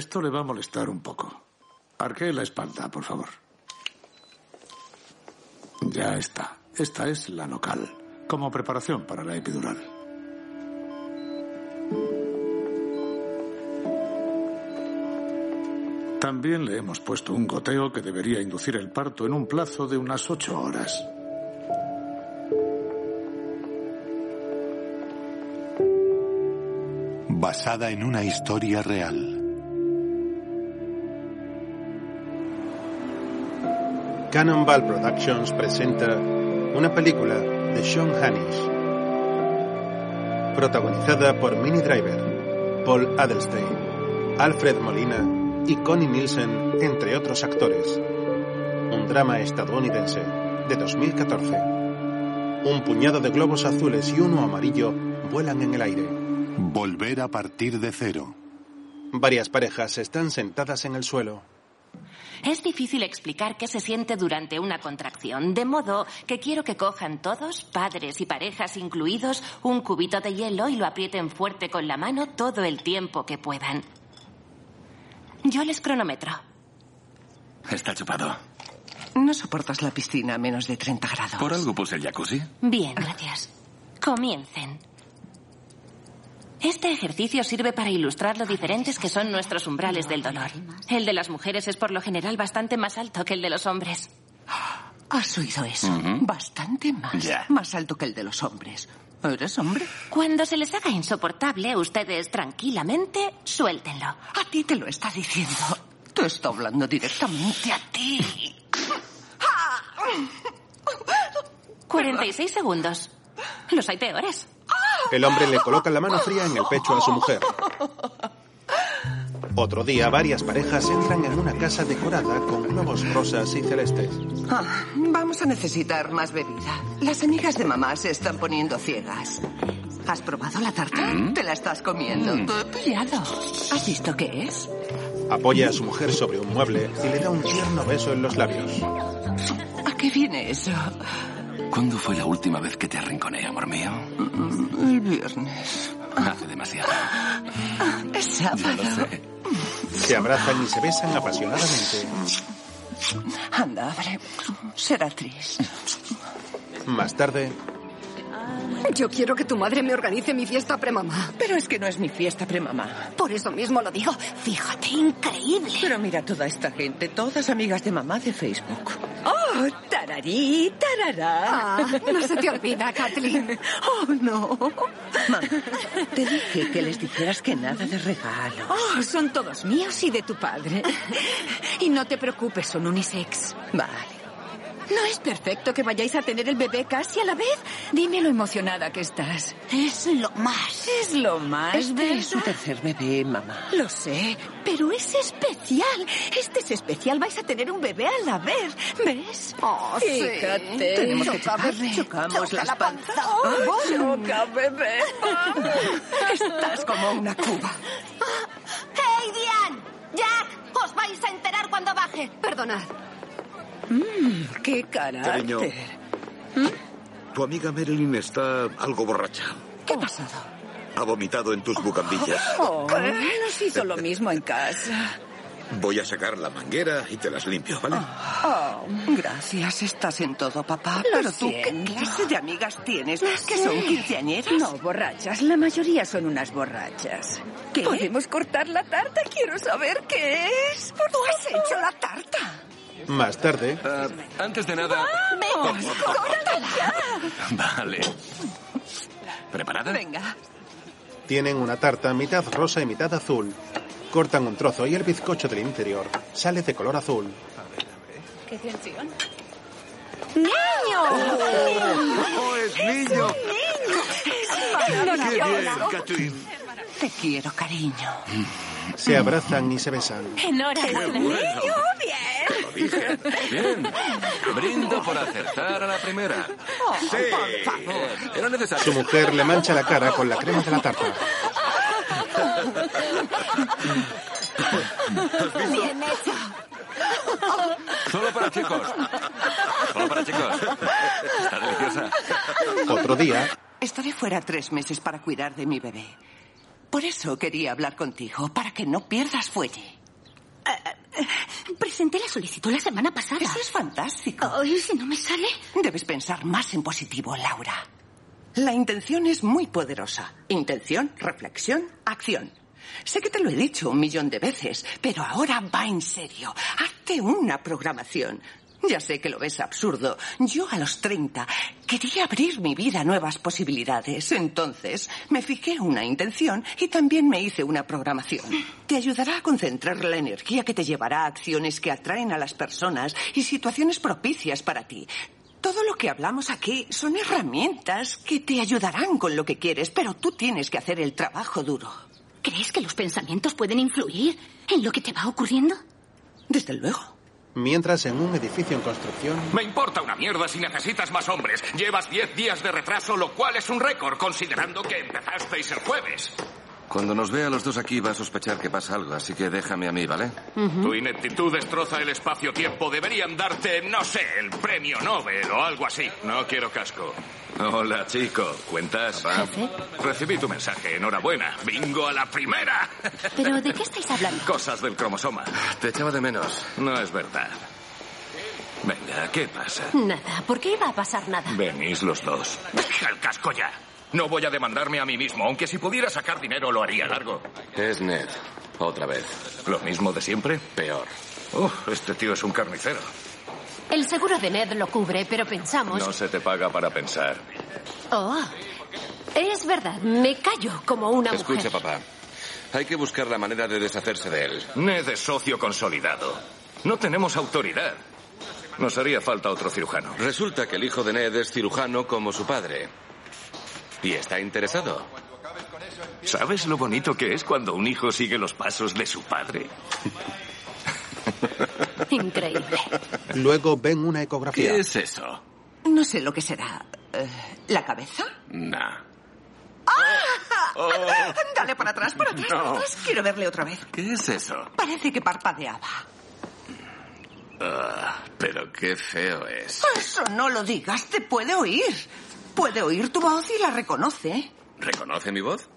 Esto le va a molestar un poco. Arquee la espalda, por favor. Ya está. Esta es la local, como preparación para la epidural. También le hemos puesto un goteo que debería inducir el parto en un plazo de unas ocho horas. Basada en una historia real. Cannonball Productions presenta una película de Sean Hannish, protagonizada por Minnie Driver, Paul Adelstein, Alfred Molina y Connie Nielsen, entre otros actores. Un drama estadounidense de 2014. Un puñado de globos azules y uno amarillo vuelan en el aire. Volver a partir de cero. Varias parejas están sentadas en el suelo. Es difícil explicar qué se siente durante una contracción, de modo que quiero que cojan todos, padres y parejas incluidos, un cubito de hielo y lo aprieten fuerte con la mano todo el tiempo que puedan. Yo les cronometro. Está chupado. No soportas la piscina a menos de 30 grados. Por algo puse el jacuzzi. Bien, gracias. Comiencen. Este ejercicio sirve para ilustrar lo diferentes que son nuestros umbrales del dolor. El de las mujeres es por lo general bastante más alto que el de los hombres. ¿Has oído eso? Ujú. Bastante más. Ya. Más alto que el de los hombres. ¿Eres hombre? Cuando se les haga insoportable, ustedes tranquilamente suéltenlo. A ti te lo está diciendo. Tú estás hablando directamente a ti. 46 segundos. Los hay peores. El hombre le coloca la mano fría en el pecho a su mujer. Otro día, varias parejas entran en una casa decorada con globos rosas y celestes. Ah, vamos a necesitar más bebida. Las amigas de mamá se están poniendo ciegas. ¿Has probado la tarta? Mm. Te la estás comiendo. Te he pillado. ¿Has visto qué es? Apoya a su mujer sobre un mueble y le da un tierno beso en los labios. ¿A qué viene eso? ¿Cuándo fue la última vez que te arrinconé, amor mío? El viernes. Hace Mm, demasiado. Ah, Es Ya sábado. lo sé. Se abrazan y se besan apasionadamente. Anda, abre. Será triste. Más tarde, Yo quiero que tu madre me organice mi fiesta premamá. Pero es que no es mi fiesta premamá. Por eso mismo lo digo. Fíjate, increíble. Pero mira toda esta gente, todas amigas de mamá de Facebook. Oh, tararí, tarará. Ah, no se te olvida, Kathleen. Oh, no. Mamá, te dije que les dijeras que nada de regalo. Oh, son todos míos y de tu padre. Y no te preocupes, son unisex. Vale. ¿No es perfecto que vayáis a tener el bebé casi a la vez? Dime lo emocionada que estás. Es lo más. Es lo más Este es su ¿verdad? tercer bebé, mamá. Lo sé, pero es especial. Este es especial. Vais a tener un bebé a la vez. ¿Ves? Oh, Fíjate. sí. Tenemos que Choca, chocarle. bebé. Chocamos Choca las la panza. ¡Ah! Oh, choca, bebé. Estás como una cuba. ¡Hey, Diane! ¡Jack! ¡Os vais a enterar cuando baje! Perdonad. Mm. ¡Qué carácter! Cariño. Tu amiga Marilyn está algo borracha. ¿Qué ha pasado? Ha vomitado en tus bucambillas. Oh, nos hizo lo mismo en casa. Voy a sacar la manguera y te las limpio, ¿vale? Ah. Oh, Gracias, estás en todo, papá. Pero tú, ¿qué siento. clase de amigas tienes? Lo ¿Que sé. son quinceañeras? no, borrachas. La mayoría son unas borrachas. ¿Qué? ¿Podemos cortar la tarta? Quiero saber qué es. Por favor. has hecho la tarta? más tarde, Ah, antes de nada. Vale. ¿Preparada? Venga. tienen una tarta mitad rosa y mitad azul. Cortan un trozo y el bizcocho del interior sale de color azul. ¡Oh, es niño! ¡Qué bien, Kathleen! Te quiero, cariño. Se abrazan y se besan. Enhorabuena. Bueno, te lo dije. Bien. Brindo por acertar a la primera. Sí. Eh, Era Su necesario. mujer le mancha la cara con la crema de la tarta. Solo para chicos. Solo para chicos. Está deliciosa. Otro día, Estaré fuera tres meses para cuidar de mi bebé. Por eso quería hablar contigo, para que no pierdas fuelle. Eh, Presenté la solicitud la semana pasada. Eso es fantástico. Oh, ¿Y si no me sale? Debes pensar más en positivo, Laura. La intención es muy poderosa. Intención, reflexión, acción. Sé que te lo he dicho un millón de veces, pero ahora va en serio. Hazte una programación. Ya sé que lo ves absurdo. Yo a los 30 quería abrir mi vida a nuevas posibilidades. Entonces me fijé una intención y también me hice una programación. Te ayudará a concentrar la energía que te llevará a acciones que atraen a las personas y situaciones propicias para ti. Todo lo que hablamos aquí son herramientas que te ayudarán con lo que quieres, pero tú tienes que hacer el trabajo duro. ¿Crees que los pensamientos pueden influir en lo que te va ocurriendo? Desde luego. Mientras en un edificio en construcción, Me importa una mierda si necesitas más hombres. Llevas 10 días de retraso, lo cual es un récord, considerando que empezasteis el jueves. Cuando nos vea a los dos aquí va a sospechar que pasa algo, así que déjame a mí, ¿vale? Tu ineptitud destroza el espacio-tiempo. Deberían darte, no sé, el premio Nobel o algo así. No quiero casco. Hola, chico. ¿Cuentas? Jefe. Recibí tu mensaje. Enhorabuena. Bingo a la primera. ¿Pero de qué estáis hablando? Cosas del cromosoma. Te echaba de menos. No es verdad. Venga, ¿qué pasa? Nada, ¿por qué iba a pasar nada? Venís los dos. Deja el casco ya. No voy a demandarme a mí mismo, aunque si pudiera sacar dinero lo haría largo. Es Ned. Otra vez. ¿Lo mismo de siempre? Peor. Uf, este tío es un carnicero. El seguro de Ned lo cubre, pero pensamos... No se te paga para pensar. Oh, es verdad, me callo como una Escucha, mujer. papá. Hay que buscar la manera de deshacerse de él. Ned es socio consolidado. No tenemos autoridad. Nos haría falta otro cirujano. Resulta que el hijo de Ned es cirujano como su padre. Y está interesado. ¿Sabes lo bonito que es cuando un hijo sigue los pasos de su padre? Increíble. luego ven una ecografía. ¿Qué es eso? No sé lo que será. Eh, ¿La cabeza? Nah. ¡Ah! Oh. Dale para atrás, para atrás, para atrás. Quiero verle otra vez. ¿Qué es eso? Parece que parpadeaba. Ah, Pero qué feo es. Eso no lo digas, te puede oír. Puede oír tu voz y la reconoce. ¿Reconoce mi voz?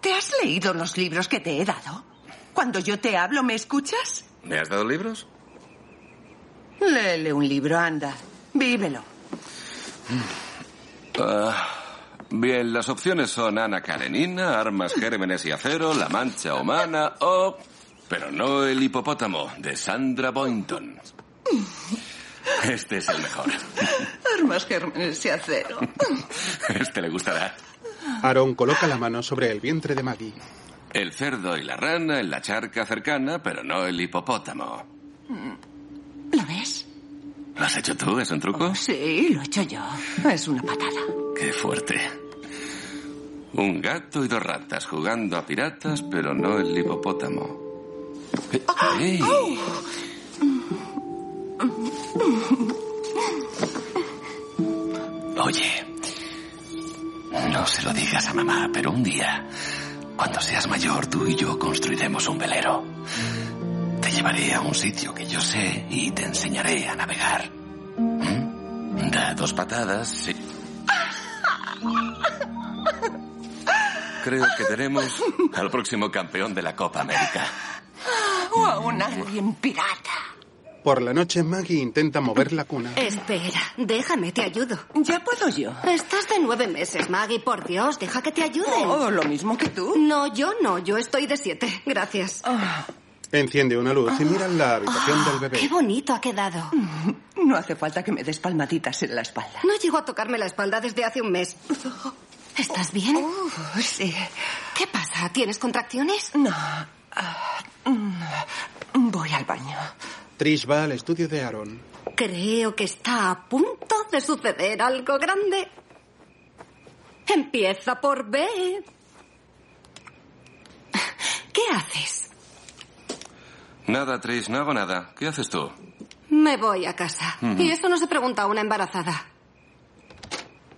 ¿Te has leído los libros que te he dado? Cuando yo te hablo, ¿me escuchas? ¿Me has dado libros? Léele un libro, anda. Vívelo. Ah, Bien, las opciones son Ana Karenina, Armas, Gérmenes y Acero, La Mancha Humana o... Pero no el hipopótamo, de Sandra Boynton. Este es el mejor. Armas, gérmenes y acero. Este le gustará. Aaron coloca la mano sobre el vientre de Maggie. El cerdo y la rana en la charca cercana, pero no el hipopótamo. ¿Lo ves? ¿Lo has hecho tú? ¿Es un truco? ¿Ah? Sí, lo he hecho yo. Es una patada. Qué fuerte. Un gato y dos ratas jugando a piratas, pero no el hipopótamo. Eh, ¡Ey! Oh. ah, Oye, no se lo digas a mamá, pero un día, cuando seas mayor, tú y yo construiremos un velero. Te llevaré a un sitio que yo sé y te enseñaré a navegar. ¿Mm? Da dos patadas. sí. Creo que tenemos al próximo campeón de la Copa América. O a un alien pirata. Por la noche, Maggie intenta mover la cuna. Espera, déjame, te ayudo. Ya puedo yo. Estás de nueve meses, Maggie, por Dios, deja que te ayude. Oh, lo mismo que tú. Ah. No, yo no, yo estoy de siete, gracias. Enciende una luz y mira Pues la habitación del Qué bebé. bonito ha quedado. No hace falta que me des palmaditas en la espalda. No llego a tocarme la espalda desde hace un mes. ¿Estás bien? Uf, sí. ¿Qué pasa? ¿Tienes contracciones? No. Ah, mm, Voy al baño. Trish va al estudio de Aaron. Creo que está a punto de suceder algo grande. Empieza por B. ¿Qué haces? Nada, Tris, no hago nada. ¿Qué haces tú? Me voy a casa. Y eso no se pregunta a una embarazada.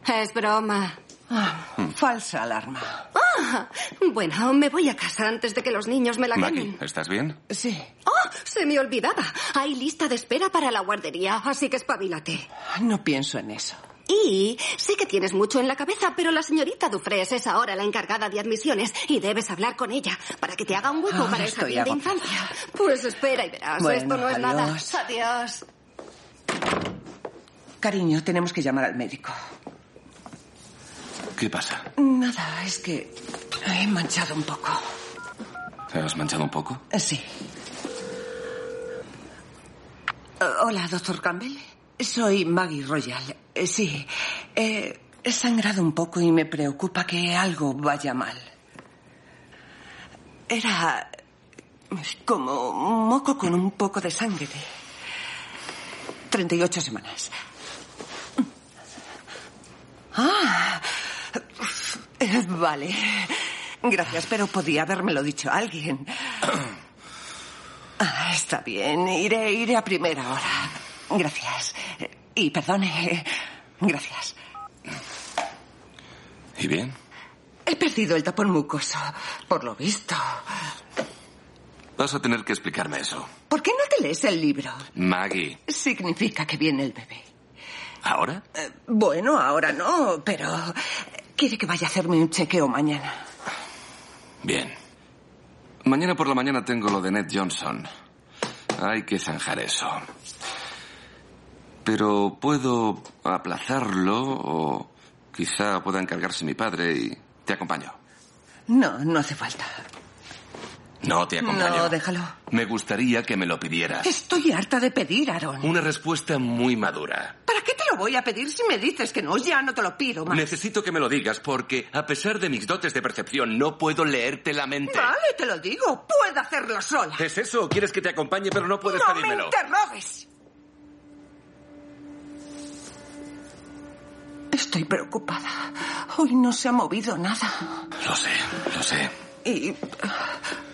Es broma. Ah, Falsa alarma. Ah, bueno, me voy a casa antes de que los niños me la Maggie, ganen. ¿estás bien? Sí. Ah, ¡Oh! Se me olvidaba. Hay lista de espera para la guardería, así que espabilate. No pienso en eso. Y sé que tienes mucho en la cabeza, pero la señorita Dufres es ahora la encargada de admisiones y debes hablar con ella para que te haga un hueco Ah, para esa estoy vida de agotada. infancia. Pues espera y verás, Bueno, esto no es nada. adiós. Adiós. Cariño, tenemos que llamar al médico. ¿Qué pasa? Nada, es que he manchado un poco. ¿Te has manchado un poco? Eh, Sí. Eh, Hola, doctor Campbell. Soy Maggie Royal. Eh, Sí, eh, he sangrado un poco y me preocupa que algo vaya mal. Era como un moco con un poco de sangre. 38 semanas. Ah, eh, vale. Gracias, pero podía habérmelo dicho alguien. Ah, está bien, iré, iré a primera hora. Gracias. Eh, Y perdone. Gracias. ¿Y bien? He perdido el tapón mucoso, por lo visto. Vas a tener que explicarme eso. ¿Por qué no te lees el libro? Maggie, Significa que viene el bebé. ¿ahora? Eh, Bueno, ahora no, pero eh, quiere que vaya a hacerme un chequeo mañana. Bien. Mañana por la mañana tengo lo de Ned Johnson. Hay que zanjar eso. Pero puedo aplazarlo o quizá pueda encargarse mi padre y te acompaño. No, no hace falta. No te acompaño. No, déjalo. Me gustaría que me lo pidieras. Estoy harta de pedir, Aaron. Una respuesta muy madura. ¿Para qué te lo voy a pedir si me dices que no? Ya no te lo pido más. Necesito que me lo digas porque, a pesar de mis dotes de percepción, no puedo leerte la mente. Vale, te lo digo. Puedo hacerlo sola. ¿Es eso? ¿Quieres que te acompañe pero no puedes no me pedírmelo? interrogues. Estoy preocupada. Hoy no se ha movido nada. Lo sé, lo sé. Y ah,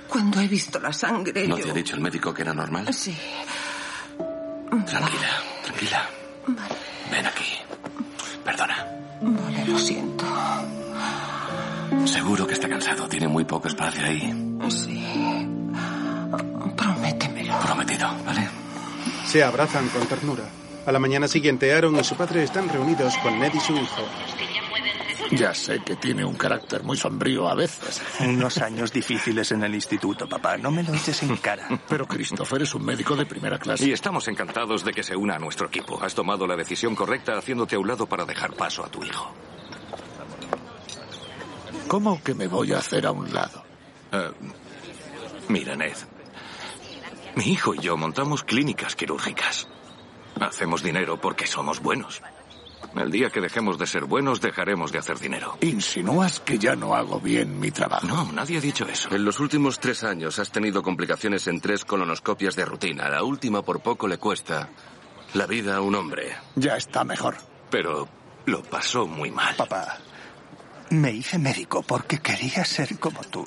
cuando he visto la sangre, ¿No Eh, yo... te ha dicho el médico que era normal? Sí. Tranquila, tranquila. Ven aquí. Perdona. Vale, lo siento. Seguro que está cansado. Tiene muy poco espacio ahí. Sí. Prométemelo. Prometido, ¿vale? Se abrazan con ternura. A la mañana siguiente, Aaron y su padre están reunidos con Ned y su hijo. Ya sé que tiene un carácter muy sombrío a veces. Unos años difíciles en el instituto, papá. No me lo eches en cara. Pero Christopher es un médico de primera clase. Y estamos encantados de que se una a nuestro equipo. Has tomado la decisión correcta haciéndote a un lado para dejar paso a tu hijo. ¿Cómo que me voy a hacer a un lado? Eh, mira, Ned. Mi hijo y yo montamos clínicas quirúrgicas. Hacemos dinero porque somos buenos. El día que dejemos de ser buenos, dejaremos de hacer dinero. ¿Insinúas que ya no hago bien mi trabajo? No, nadie ha dicho eso. En los últimos tres años has tenido complicaciones en tres colonoscopias de rutina. La última por poco le cuesta la vida a un hombre. Ya está mejor. Pero lo pasó muy mal. Papá, me hice médico porque quería ser como tú.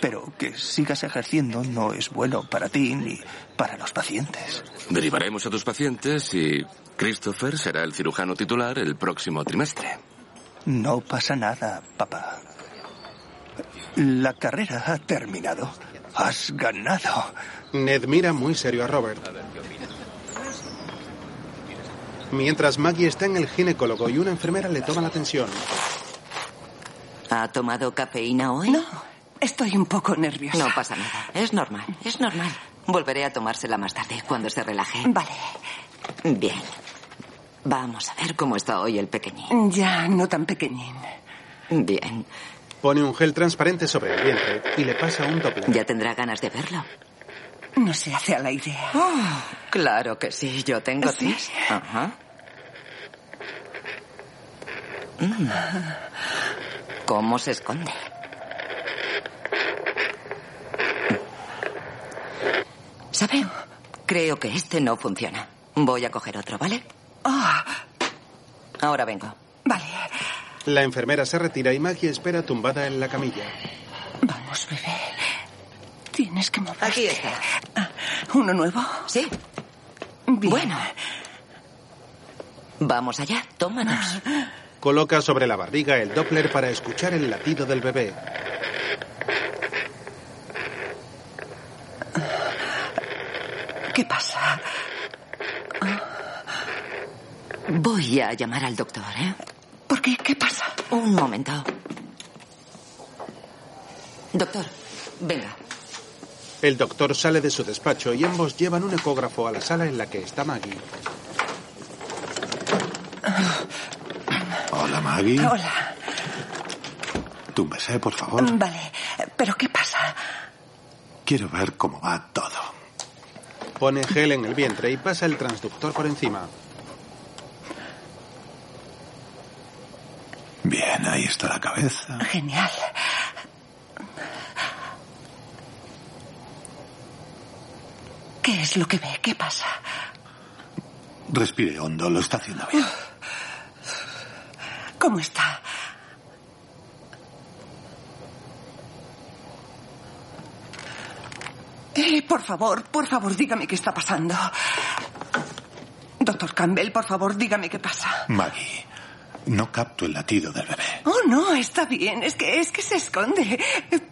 Pero que sigas ejerciendo no es bueno para ti ni para los pacientes. Derivaremos a tus pacientes y Christopher será el cirujano titular el próximo trimestre. No pasa nada, papá. La carrera ha terminado. Has ganado. Ned mira muy serio a Robert. Mientras Maggie está en el ginecólogo y una enfermera le toma la tensión. ¿Ha tomado cafeína hoy? No, estoy un poco nerviosa. No pasa nada, es normal, es normal. Volveré a tomársela más tarde, cuando se relaje. Vale. Bien. Vamos a ver cómo está hoy el pequeñín. Ya no tan pequeñín. Bien. Pone un gel transparente sobre el vientre y le pasa un doble. Ya tendrá ganas de verlo. No se hace a la idea. Oh, Claro que sí, yo tengo ¿Sí? tres. Ajá. Mm. ¿Cómo se esconde? ¿Sabe? Creo que este no funciona. Voy a coger otro, ¿vale? Ah, Ahora vengo. La enfermera se retira y Maggie espera tumbada en la camilla. Vamos, bebé. Tienes que moverte. Ah, Aquí está. ¿Uno nuevo? Sí. Bueno. Vamos allá, tómanos. Coloca sobre la barriga el Doppler para escuchar el latido del bebé. ¿Qué pasa? Voy a llamar al doctor, ¿eh? ¿Por qué? ¿Qué pasa? Un momento. Doctor, venga. El doctor sale de su despacho y ambos llevan un ecógrafo a la sala en la que está Maggie. Hola, Maggie. Hola. Túmbese, por favor. Vale, pero ¿qué pasa? Quiero ver cómo va todo. Pone gel en el vientre y pasa el transductor por encima. Bien, ahí está la cabeza. Genial. ¿Qué es lo que ve? ¿Qué pasa? Respire hondo, lo está haciendo bien. ¿Cómo está? Eh, por favor, por favor, dígame qué está pasando. Doctor Campbell, por favor, dígame qué pasa. Maggie, no capto el latido del bebé. Oh, no, está bien. Es que, es que se esconde.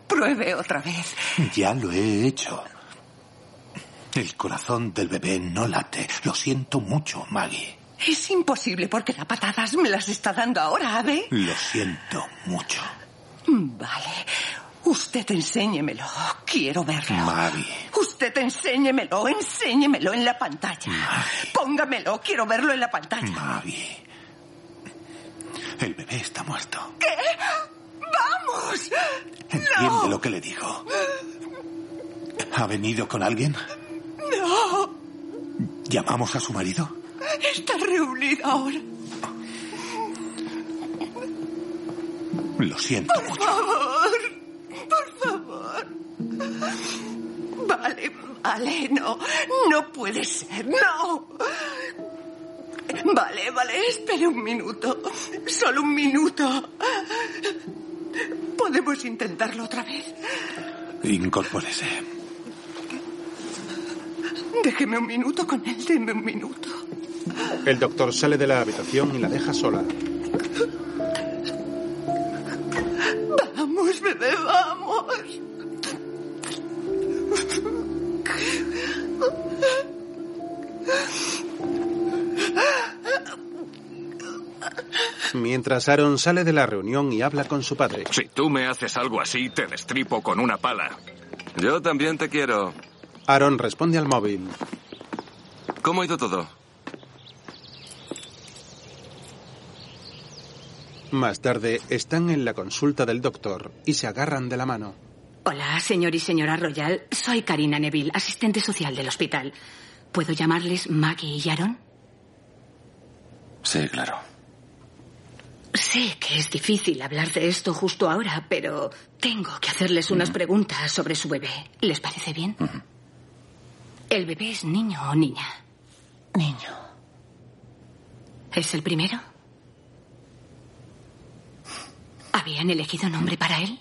Pruebe otra vez. Ya lo he hecho. El corazón del bebé no late. Lo siento mucho, Maggie. Es imposible porque da patadas. Me las está dando ahora, ¿ve? Lo siento mucho. Vale. Usted enséñemelo. Quiero verlo. Maggie, Usted enséñemelo, enséñemelo en la pantalla. Póngamelo, quiero verlo en la pantalla. Maggie. El bebé está muerto. ¿Qué? ¡Vamos! ¿Entiende lo que le digo? ¿Ha venido con alguien? ¡No! ¿Llamamos a su marido? Está reunida ahora. Lo siento. Por favor. Por favor. Vale, vale, no. No puede ser, no. Vale, vale, espere un minuto. Solo un minuto. Podemos intentarlo otra vez. Incorpórese. Déjeme un minuto con él, deme un minuto. El doctor sale de la habitación y la deja sola. Vamos, bebé, vamos. Mientras Aaron sale de la reunión y habla con su padre. Si tú me haces algo así, te destripo con una pala. Yo también te quiero. Aaron responde al móvil. ¿Cómo ha ido todo? Más tarde están en la consulta del doctor y se agarran de la mano. Hola, señor y señora Royal. Soy Karina Neville, asistente social del hospital. ¿Puedo llamarles Maggie y Aaron? Sí, claro. Sé que es difícil hablar de esto justo ahora, pero tengo que hacerles unas preguntas sobre su bebé. ¿Les parece bien? ¿El bebé es niño o niña? Niño. ¿Es el primero? ¿Habían elegido nombre para él?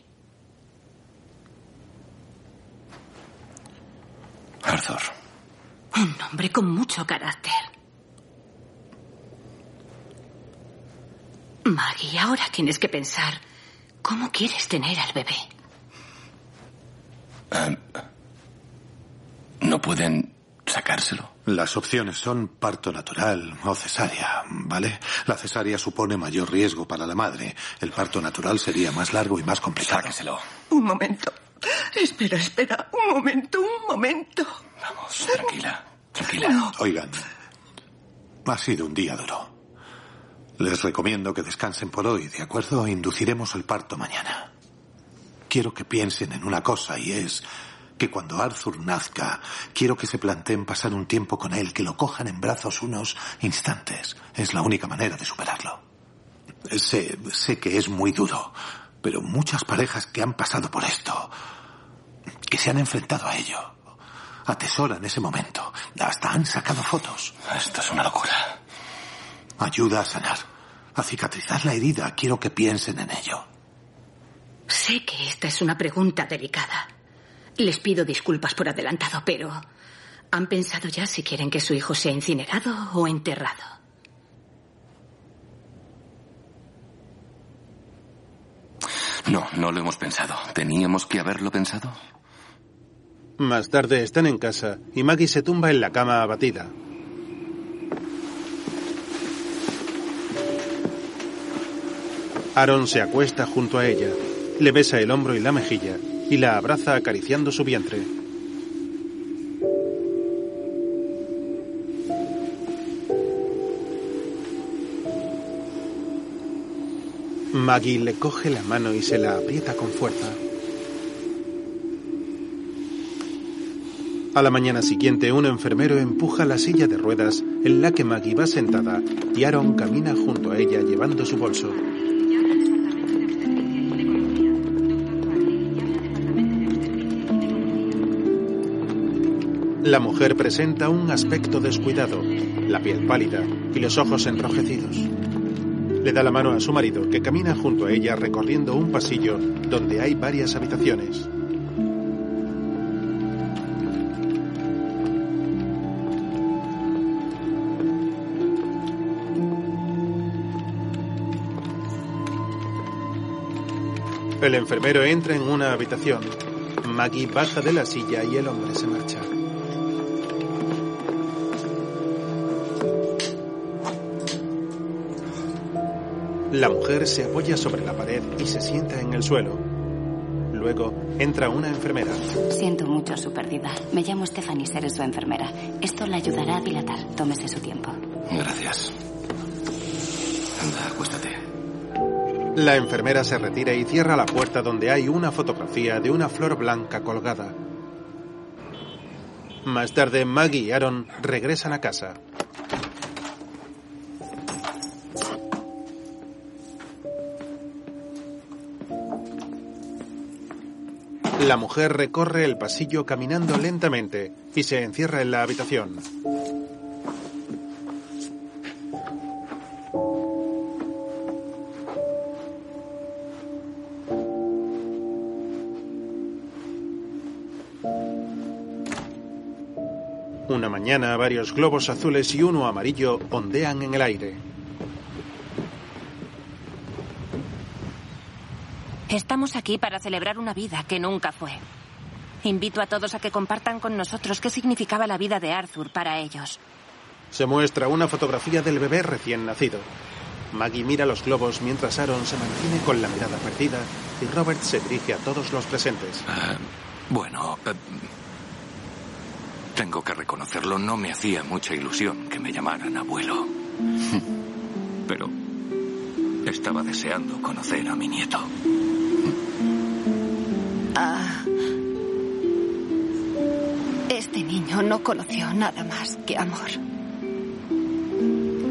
Arthur. Un nombre con mucho carácter. Maggie, ahora tienes que pensar cómo quieres tener al bebé. Eh, ¿No pueden sacárselo? Las opciones son parto natural o cesárea, ¿vale? La cesárea supone mayor riesgo para la madre. El parto natural sería más largo y más complicado. Sáqueselo. Un momento. Espera, espera. Un momento, un momento. Vamos, tranquila. Tranquila. Oigan, ha sido un día duro. Les recomiendo que descansen por hoy, ¿de acuerdo? Induciremos el parto mañana. Quiero que piensen en una cosa y es que cuando Arthur nazca, quiero que se planteen pasar un tiempo con él, que lo cojan en brazos unos instantes. Es la única manera de superarlo. Sé, sé que es muy duro, pero muchas parejas que han pasado por esto, que se han enfrentado a ello, atesoran ese momento. Hasta han sacado fotos. Esto es una locura. Ayuda a sanar, a cicatrizar la herida. Quiero que piensen en ello. Sé que esta es una pregunta delicada. Les pido disculpas por adelantado, pero ¿han pensado ya si quieren que su hijo sea incinerado o enterrado? No, no lo hemos pensado. ¿Teníamos que haberlo pensado? Más tarde están en casa y Maggie se tumba en la cama abatida. Aaron se acuesta junto a ella, le besa el hombro y la mejilla y la abraza acariciando su vientre. Maggie le coge la mano y se la aprieta con fuerza. A la mañana siguiente, un enfermero empuja la silla de ruedas en la que Maggie va sentada y Aaron camina junto a ella llevando su bolso. La mujer presenta un aspecto descuidado, la piel pálida y los ojos enrojecidos. Le da la mano a su marido, que camina junto a ella recorriendo un pasillo donde hay varias habitaciones. El enfermero entra en una habitación. Maggie baja de la silla y el hombre se marcha. La mujer se apoya sobre la pared y se sienta en el suelo. Luego entra una enfermera. Siento mucho su pérdida. Me llamo Stephanie, seré su enfermera. Esto la ayudará a dilatar. Tómese su tiempo. Gracias. Anda, acuéstate. La enfermera se retira y cierra la puerta donde hay una fotografía de una flor blanca colgada. Más tarde, Maggie y Aaron regresan a casa. La mujer recorre el pasillo caminando lentamente y se encierra en la habitación. Una mañana varios globos azules y uno amarillo ondean en el aire. Estamos aquí para celebrar una vida que nunca fue. Invito a todos a que compartan con nosotros qué significaba la vida de Arthur para ellos. Se muestra una fotografía del bebé recién nacido. Maggie mira los globos mientras Aaron se mantiene con la mirada perdida y Robert se dirige a todos los presentes. Ah, bueno, eh, tengo que reconocerlo, no me hacía mucha ilusión que me llamaran abuelo. Pero estaba deseando conocer a mi nieto. Ah. Este niño no conoció nada más que amor.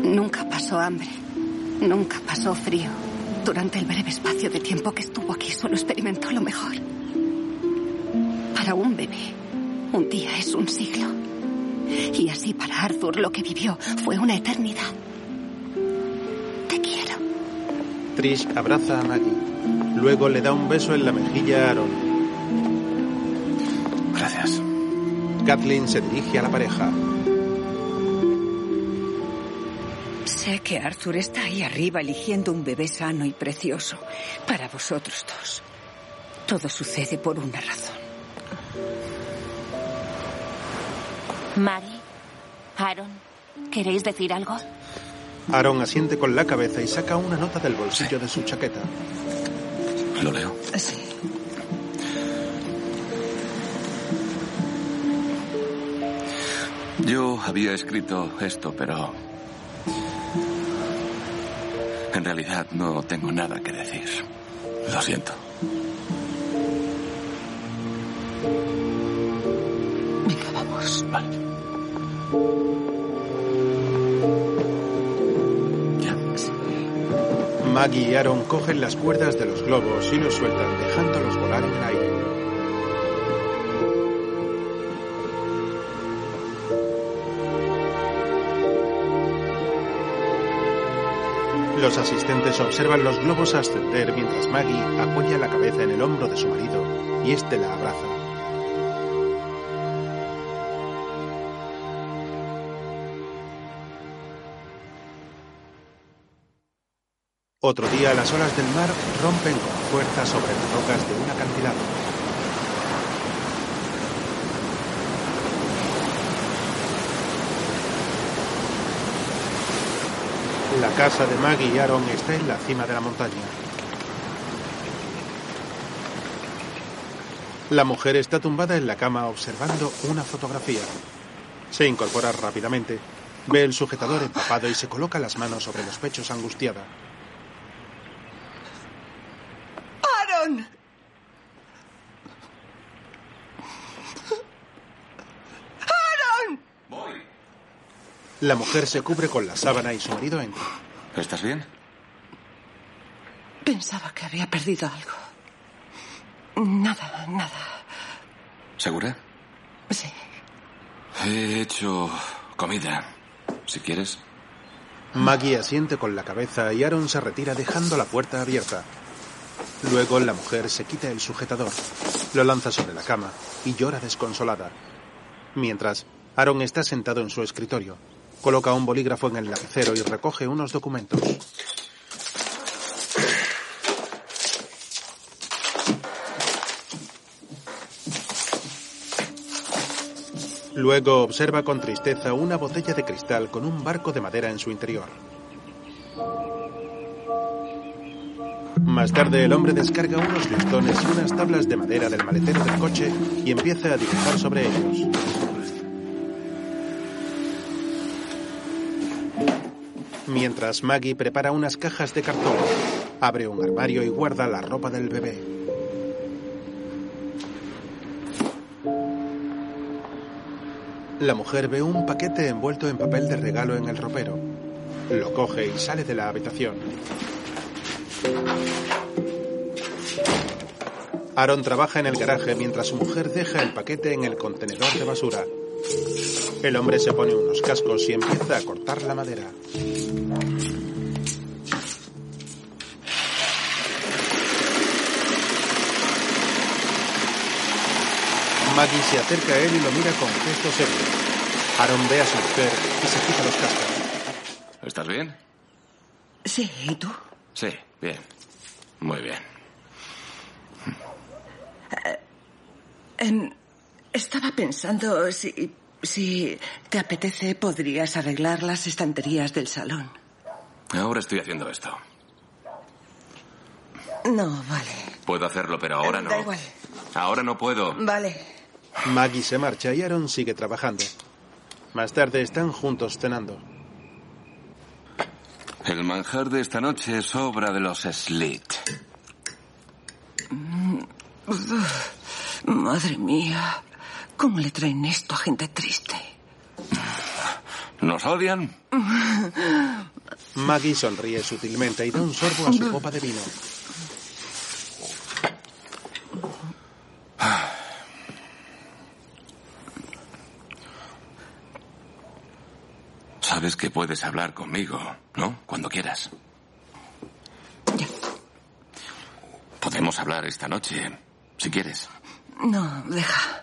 Nunca pasó hambre, nunca pasó frío. Durante el breve espacio de tiempo que estuvo aquí solo experimentó lo mejor. Para un bebé, un día es un siglo. Y así para Arthur lo que vivió fue una eternidad. Te quiero. Trish abraza a Maggie. Luego le da un beso en la mejilla a Aaron. Gracias. Kathleen se dirige a la pareja. Sé que Arthur está ahí arriba eligiendo un bebé sano y precioso para vosotros dos. Todo sucede por una razón. Maggie, Aaron, ¿queréis decir algo? Aaron asiente con la cabeza y saca una nota del bolsillo de su chaqueta. Lo leo. Sí. Yo había escrito esto, pero... En realidad no tengo nada que decir. Lo siento. Venga, vamos. Maggie y Aaron cogen las cuerdas de los globos y los sueltan, dejándolos volar en el aire. Los asistentes observan los globos ascender mientras Maggie apoya la cabeza en el hombro de su marido y este la abraza. Otro día las olas del mar rompen con fuerza sobre las rocas de un acantilado. La casa de Maggie y Aaron está en la cima de la montaña. La mujer está tumbada en la cama observando una fotografía. Se incorpora rápidamente, ve el sujetador empapado y se coloca las manos sobre los pechos angustiada. ¡Aaron! ¡Aaron! La mujer se cubre con la sábana y su marido entra. ¿Estás bien? Pensaba que había perdido algo. Nada, nada. ¿Segura? Sí. He hecho comida. Si quieres. Maggie asiente con la cabeza y Aaron se retira dejando la puerta abierta. Luego la mujer se quita el sujetador, lo lanza sobre la cama y llora desconsolada. Mientras, Aaron está sentado en su escritorio, coloca un bolígrafo en el lapicero y recoge unos documentos. Luego observa con tristeza una botella de cristal con un barco de madera en su interior. Más tarde el hombre descarga unos listones y unas tablas de madera del maletero del coche y empieza a dibujar sobre ellos. Mientras Maggie prepara unas cajas de cartón, abre un armario y guarda la ropa del bebé. La mujer ve un paquete envuelto en papel de regalo en el ropero. Lo coge y sale de la habitación. Aaron trabaja en el garaje mientras su mujer deja el paquete en el contenedor de basura. El hombre se pone unos cascos y empieza a cortar la madera. Maggie se acerca a él y lo mira con gesto serio. Aaron ve a su mujer y se quita los cascos. ¿Estás bien? Sí, ¿y tú? Sí, bien. Muy bien. Em, estaba pensando si, si te apetece podrías arreglar las estanterías del salón. Ahora estoy haciendo esto. No, vale, Puedo hacerlo, pero ahora no. da igual. Ahora no puedo. Vale. Maggie se marcha y Aaron sigue trabajando. Más tarde están juntos cenando. El manjar de esta noche es obra de los Slit. Mm, Uf, Madre mía, ¿cómo le traen esto a gente triste? ¿Nos odian? Maggie sonríe sutilmente y da un sorbo a su copa de vino. Sabes que puedes hablar conmigo, ¿no? Cuando quieras. Podemos hablar esta noche, si quieres. No, deja.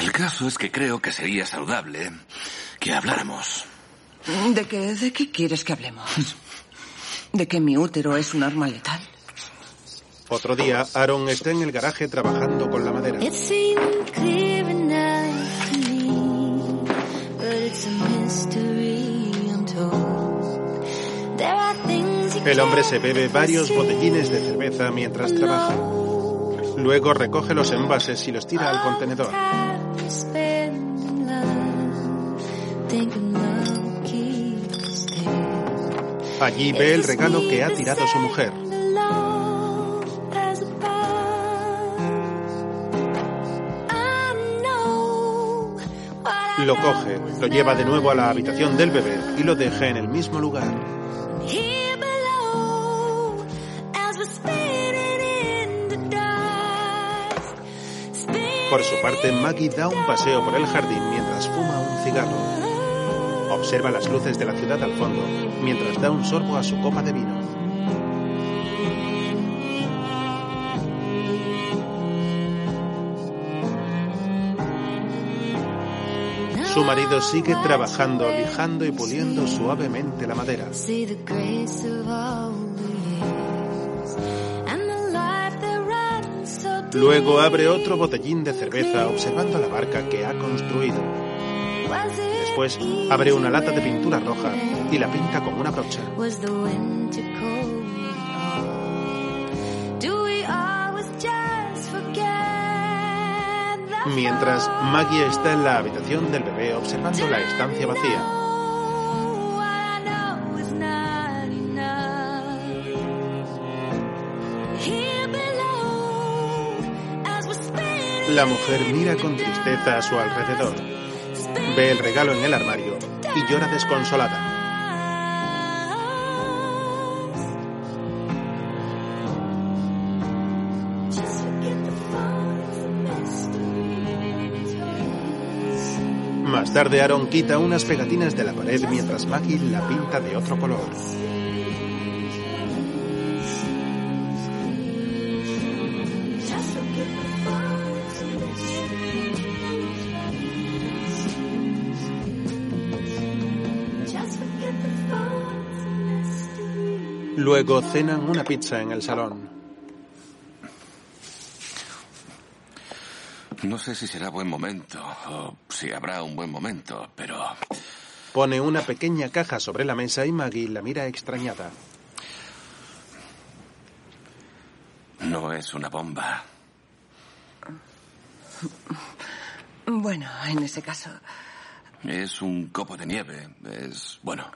El caso es que creo que sería saludable que habláramos. ¿De qué, de qué quieres que hablemos? ¿De que mi útero es un arma letal? Otro día, Aaron está en el garaje trabajando con la madera. It seemed clear enough to me, but it's a mystery untold. There are things you El hombre se bebe varios botellines de cerveza mientras trabaja. Luego recoge los envases y los tira al contenedor. can't spend love, thinking love keeps Allí ve el regalo que ha tirado su mujer. the love as above. I know what Lo coge, lo lleva de nuevo a la habitación del bebé y lo deja en el mismo lugar. I'm here below, as we're spinning in the dust. Por su parte, Maggie da un paseo por el jardín mientras fuma un cigarro. Observa las luces de la ciudad al fondo mientras da un sorbo a su copa de vino. Su marido sigue trabajando, lijando y puliendo suavemente la madera. See the grace of all the years and the life that runs so deep. Luego abre otro botellín de cerveza observando la barca que ha construido. Was it- Después abre una lata de pintura roja y la pinta con una brocha. was the winter cold at all? Do we always just forget? Mientras Maggie está en la habitación del bebé observando la estancia vacía, la mujer mira con tristeza a su alrededor. Ve el regalo en el armario y llora desconsolada. Más tarde, Aaron quita unas pegatinas de la pared mientras Maggie la pinta de otro color. Luego cenan una pizza en el salón. No sé si será buen momento o si habrá un buen momento, pero Pone una pequeña caja sobre la mesa y Maggie la mira extrañada. no es una bomba. Bueno, en ese caso, Es un copo de nieve. Es, bueno,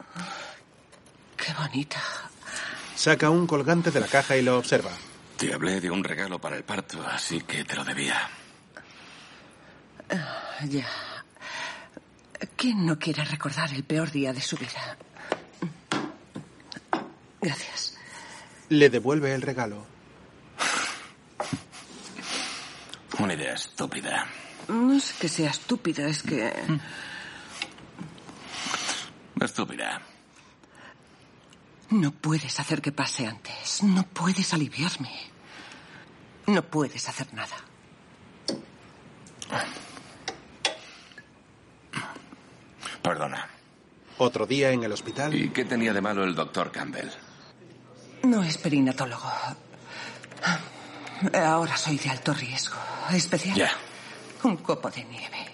qué bonita. Saca un colgante de la caja y lo observa. te hablé de un regalo para el parto, así que te lo debía. Ah, Ya. ¿Quién no quiere recordar el peor día de su vida? Gracias. Le devuelve el regalo. Una idea estúpida. No es que sea estúpida, es que... Estúpida. No puedes hacer que pase antes. No puedes aliviarme. No puedes hacer nada. Perdona. Otro día en el hospital. ¿Y qué tenía de malo el doctor Campbell? No es perinatólogo. Ahora soy de alto riesgo. Especial. Ya. Un copo de nieve.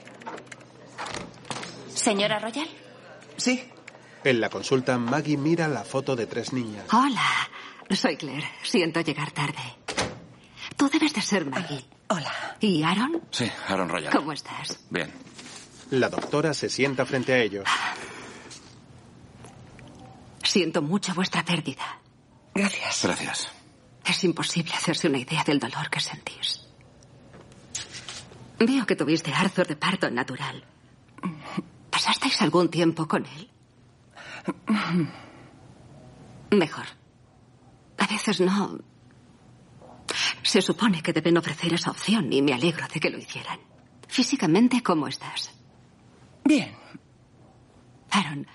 Señora Royal. Sí. En la consulta, Maggie mira la foto de tres niñas. Hola, soy Claire. Siento llegar tarde. Tú debes de ser Maggie. Hola. ¿Y Aaron? Sí, Aaron Royal. ¿Cómo estás? Bien. La doctora se sienta frente a ellos. Siento mucho vuestra pérdida. Gracias. Gracias. Es imposible hacerse una idea del dolor que sentís. Veo que tuviste Arthur de parto natural. ¿Pasasteis algún tiempo con él? Mejor. A veces no. Se supone que deben ofrecer esa opción y me alegro de que lo hicieran. Físicamente, ¿cómo estás? Bien. Aaron,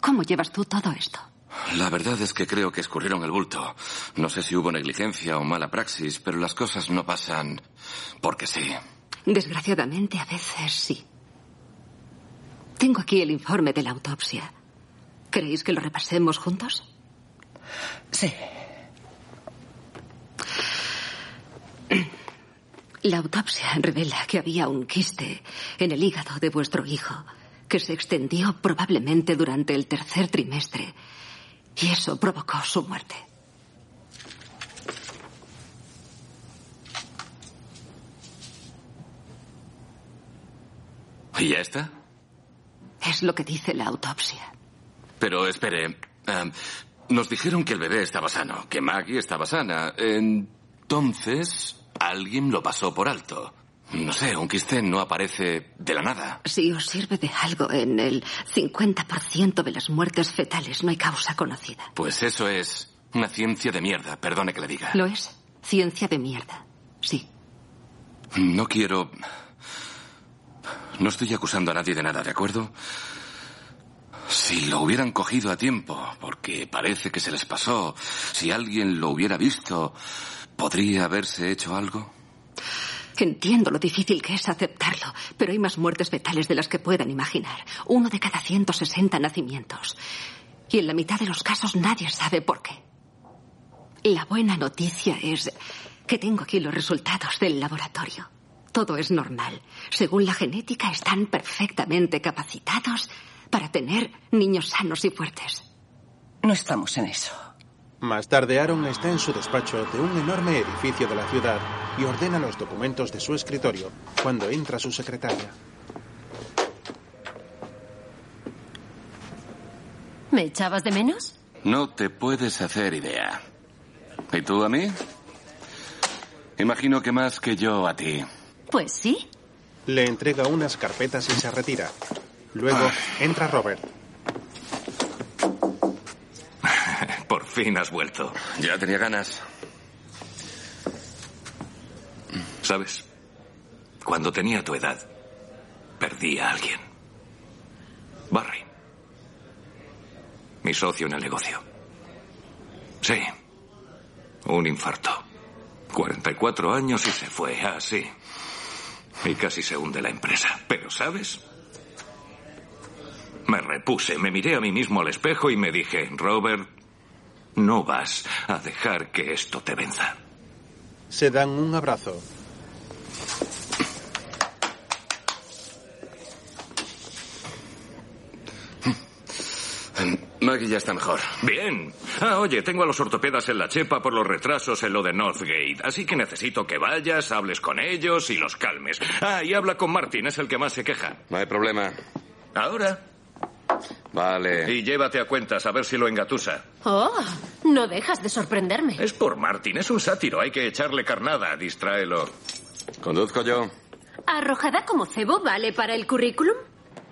¿cómo llevas tú todo esto? La verdad es que creo que escurrieron el bulto. No sé si hubo negligencia o mala praxis, pero las cosas no pasan porque sí. Desgraciadamente, a veces sí. Tengo aquí el informe de la autopsia. ¿Queréis que lo repasemos juntos? Sí. La autopsia revela que había un quiste en el hígado de vuestro hijo que se extendió probablemente durante el tercer trimestre y eso provocó su muerte. ¿Y ya está? Es lo que dice la autopsia. Pero espere. eh, nos dijeron que el bebé estaba sano, que Maggie estaba sana. Entonces, alguien lo pasó por alto. No sé, un quiste no aparece de la nada. Si os sirve de algo, en el 50% de las muertes fetales no hay causa conocida. Pues eso es una ciencia de mierda, perdone que le diga. Lo es. Ciencia de mierda. Sí. No quiero... No estoy acusando a nadie de nada, ¿de acuerdo? Si lo hubieran cogido a tiempo, porque parece que se les pasó, si alguien lo hubiera visto, ¿podría haberse hecho algo? Entiendo lo difícil que es aceptarlo, pero hay más muertes fetales de las que puedan imaginar. Uno de cada 160 nacimientos. Y en la mitad de los casos nadie sabe por qué. La buena noticia es que tengo aquí los resultados del laboratorio. Todo es normal. Según la genética, están perfectamente capacitados para tener niños sanos y fuertes. No estamos en eso. Más tarde, Aaron está en su despacho de un enorme edificio de la ciudad y ordena los documentos de su escritorio cuando entra su secretaria. ¿Me echabas de menos? No te puedes hacer idea. ¿Y tú a mí? Imagino que más que yo a ti. Pues sí. Le entrega unas carpetas y se retira. Luego entra Robert. Por fin has vuelto. Ya tenía ganas. ¿Sabes? Cuando tenía tu edad, perdí a alguien. Barry. Mi socio en el negocio. Sí. Un infarto. 44 años y se fue, así. y casi se hunde la empresa. Pero, ¿sabes? Me repuse, me miré a mí mismo al espejo y me dije, Robert, no vas a dejar que esto te venza. Se dan un abrazo. Mm, Maggie ya está mejor. Bien. Ah, oye, tengo a los ortopedas en la chepa por los retrasos en lo de Northgate, así que necesito que vayas, hables con ellos y los calmes. Ah, y habla con Martin, es el que más se queja. No hay problema. Ahora. Vale. Y llévate a cuentas a ver si lo engatusa. Oh, no dejas de sorprenderme. Es por Martin, es un sátiro, hay que echarle carnada, distráelo. ¿Conduzco yo? ¿Arrojada como cebo vale para el currículum?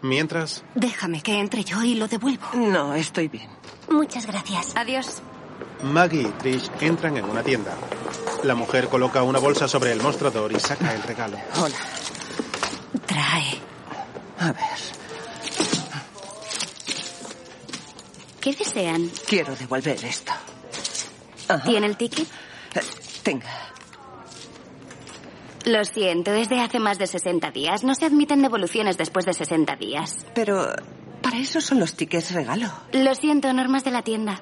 Mientras, Déjame que entre yo y lo devuelvo. No, estoy bien. Muchas gracias. Adiós. Maggie y Trish entran en una tienda. La mujer coloca una bolsa sobre el mostrador y saca el regalo. Hola. Trae. A ver. ¿Qué desean? Quiero devolver esto. ¿Tiene el ticket? Eh, Tenga. Lo siento, es de hace más de 60 días. No se admiten devoluciones después de 60 días. Pero para eso son los tickets regalo. Lo siento, normas de la tienda.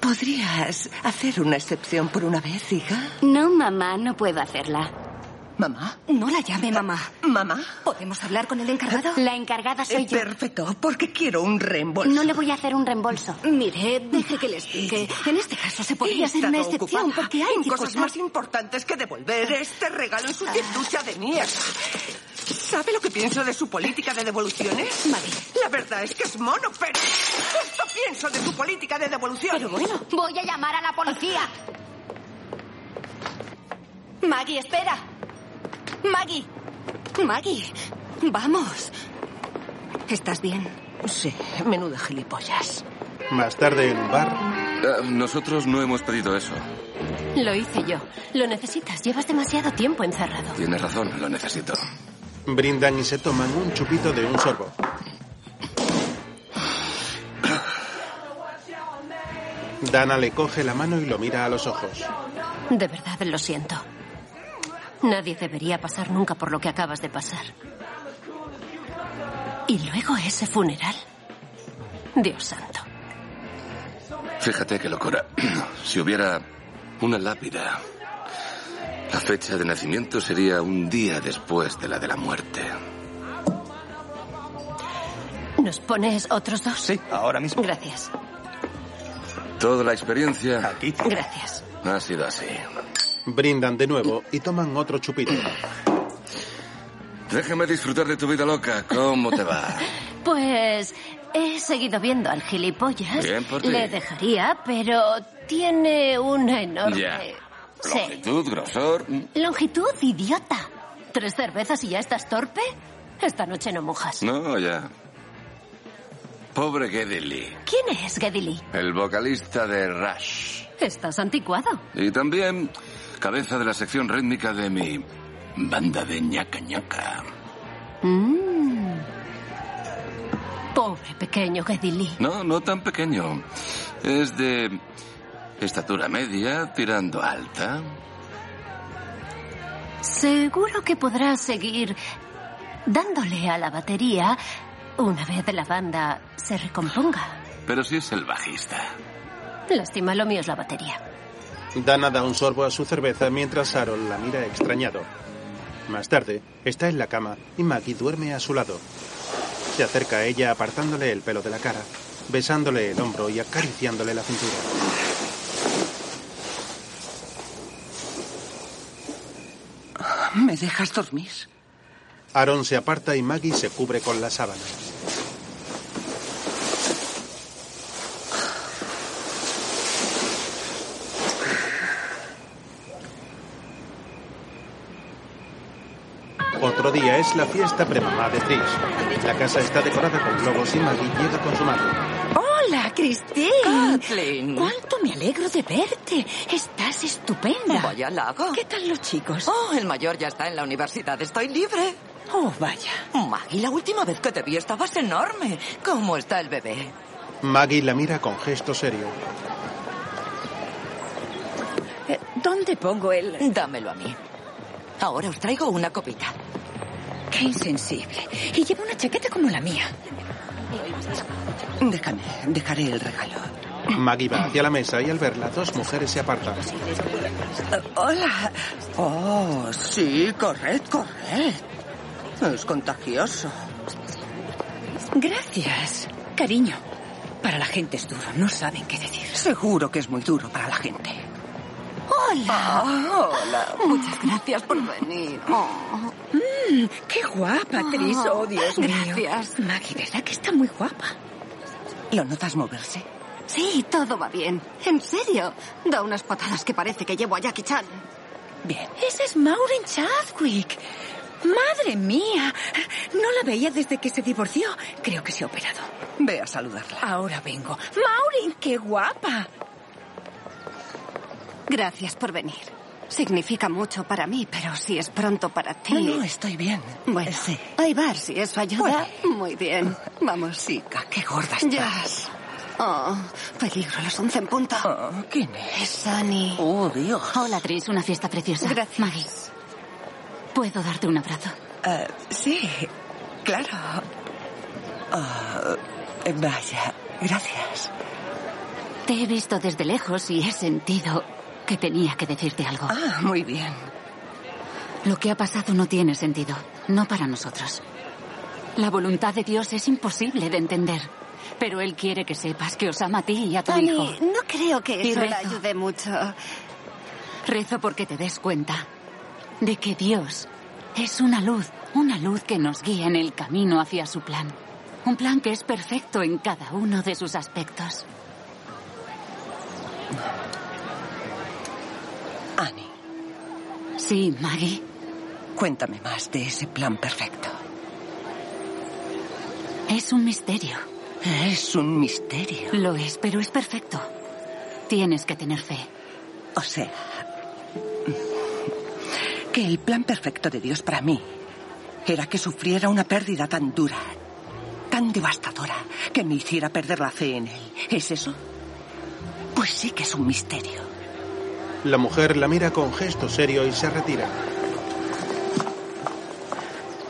¿Podrías hacer una excepción por una vez, hija? No, mamá, no puedo hacerla. ¿Mamá? No la llame mamá. ¿Mamá? ¿Podemos hablar con el encargado? La encargada soy Eh, yo. Perfecto, porque quiero un reembolso. No le voy a hacer un reembolso. Mire, deje que le explique. En este caso se He podría hacer una estado excepción ocupada porque hay en cosas circunstancias- más importantes que devolver este regalo en su ducha de mierda. ¿Sabe lo que pienso de su política de devoluciones? La verdad es que es mono, pero esto pienso de su política de devoluciones. Pero bueno. Voy a llamar a la policía. Maggie, espera. Maggie. Maggie. Vamos. ¿Estás bien? Sí, menudo gilipollas. Más tarde en un bar, Eh, nosotros no hemos pedido eso. Lo hice yo. Lo necesitas. Llevas demasiado tiempo encerrado. Tienes razón, lo necesito. brindan y se toman un chupito de un sorbo. Dana le coge la mano y lo mira a los ojos. De verdad, lo siento. Nadie debería pasar nunca por lo que acabas de pasar. Y luego ese funeral. Dios santo. Fíjate qué locura. Si hubiera una lápida, la fecha de nacimiento sería un día después de la de la muerte. ¿Nos pones otros dos? Sí, ahora mismo. Gracias. Toda la experiencia aquí Gracias. ha sido así. Brindan de nuevo y toman otro chupito. Déjeme disfrutar de tu vida loca. ¿Cómo te va? Pues he seguido viendo al gilipollas. Bien por ti. Le dejaría, pero tiene una enorme. Ya. Sí. Longitud, grosor. Mm. Longitud, idiota. ¿Tres cervezas y ya estás torpe? Esta noche no mojas. No, ya. Pobre Geddy Lee, ¿Quién es Geddy el vocalista de Rush. Estás anticuado. Y también cabeza de la sección rítmica de mi banda de ñaca ñaca. Mm. Pobre pequeño Geddy Lee. No, no tan pequeño. Es de estatura media, tirando a alta. Seguro que podrás seguir dándole a la batería una vez la banda se recomponga. Pero sí es el bajista. Lástima, lo mío es la batería. Dana da un sorbo a su cerveza mientras Aaron la mira extrañado. Más tarde, está en la cama y Maggie duerme a su lado. Se acerca a ella apartándole el pelo de la cara. besándole el hombro y acariciándole la cintura. ¿Me dejas dormir? Aaron se aparta y Maggie se cubre con la sábana. Otro día es la fiesta premamá de Trish. La casa está decorada con globos y Maggie llega con su madre. Hola, Christine. ¿Cuánto me alegro de verte? Estás estupenda. Vaya lago. ¿Qué tal los chicos? Oh, el mayor ya está en la universidad. Estoy libre. Oh, vaya. Maggie, la última vez que te vi estabas enorme. ¿Cómo está el bebé? Maggie la mira con gesto serio. Eh, ¿Dónde pongo el...? Dámelo a mí. Ahora os traigo una copita. Qué insensible. Y lleva una chaqueta como la mía. Déjame, dejaré el regalo. Maggie va hacia la mesa y al verla, dos mujeres se apartan. Hola. Oh, sí, corred, corred. Es contagioso. Gracias, cariño. Para la gente es duro, no saben qué decir. Seguro que es muy duro para la gente. Hola. Ah, hola. Muchas gracias por venir. Oh. Mm, qué Ah, guapa, Tris. Oh, Dios mío. Gracias. Maggie, ¿verdad que está muy guapa? ¿Lo notas moverse? Sí, todo va bien. En serio. Da unas patadas que parece que llevo a Jackie Chan. Bien. Esa es Maureen Chadwick. Madre mía. No la veía desde que se divorció. Creo que se ha operado. Ve a saludarla. Ahora vengo. Maureen, qué guapa. Gracias por venir. Significa mucho para mí, pero si es pronto para ti. No, no estoy bien. Bueno, sí. ahí va, si eso ayuda. Bueno. Muy bien. Vamos. Chica, qué gorda Ya. estás. Oh, peligro a las once en punto. Oh, ¿Quién es? Es Sunny. Oh, Dios. Hola, Tris, una fiesta preciosa. Gracias. Maggie, ¿puedo darte un abrazo? Eh, sí, claro. Oh, vaya, gracias. Te he visto desde lejos y he sentido que tenía que decirte algo. Ah, muy bien. Lo que ha pasado no tiene sentido, no para nosotros. La voluntad de Dios es imposible de entender, pero Él quiere que sepas que os ama a ti y a tu Dani, hijo. no creo que Y eso la rezo. ayude mucho. Rezo porque te des cuenta de que Dios es una luz, una luz que nos guía en el camino hacia su plan. Un plan que es perfecto en cada uno de sus aspectos. Annie, Sí, Maggie. cuéntame más de ese plan perfecto. Es un misterio. ¿Eh? Es un misterio. Lo es, pero es perfecto. Tienes que tener fe. O sea, que el plan perfecto de Dios para mí era que sufriera una pérdida tan dura, tan devastadora, que me hiciera perder la fe en él. ¿Es eso? Pues sí que es un misterio. La mujer la mira con gesto serio y se retira.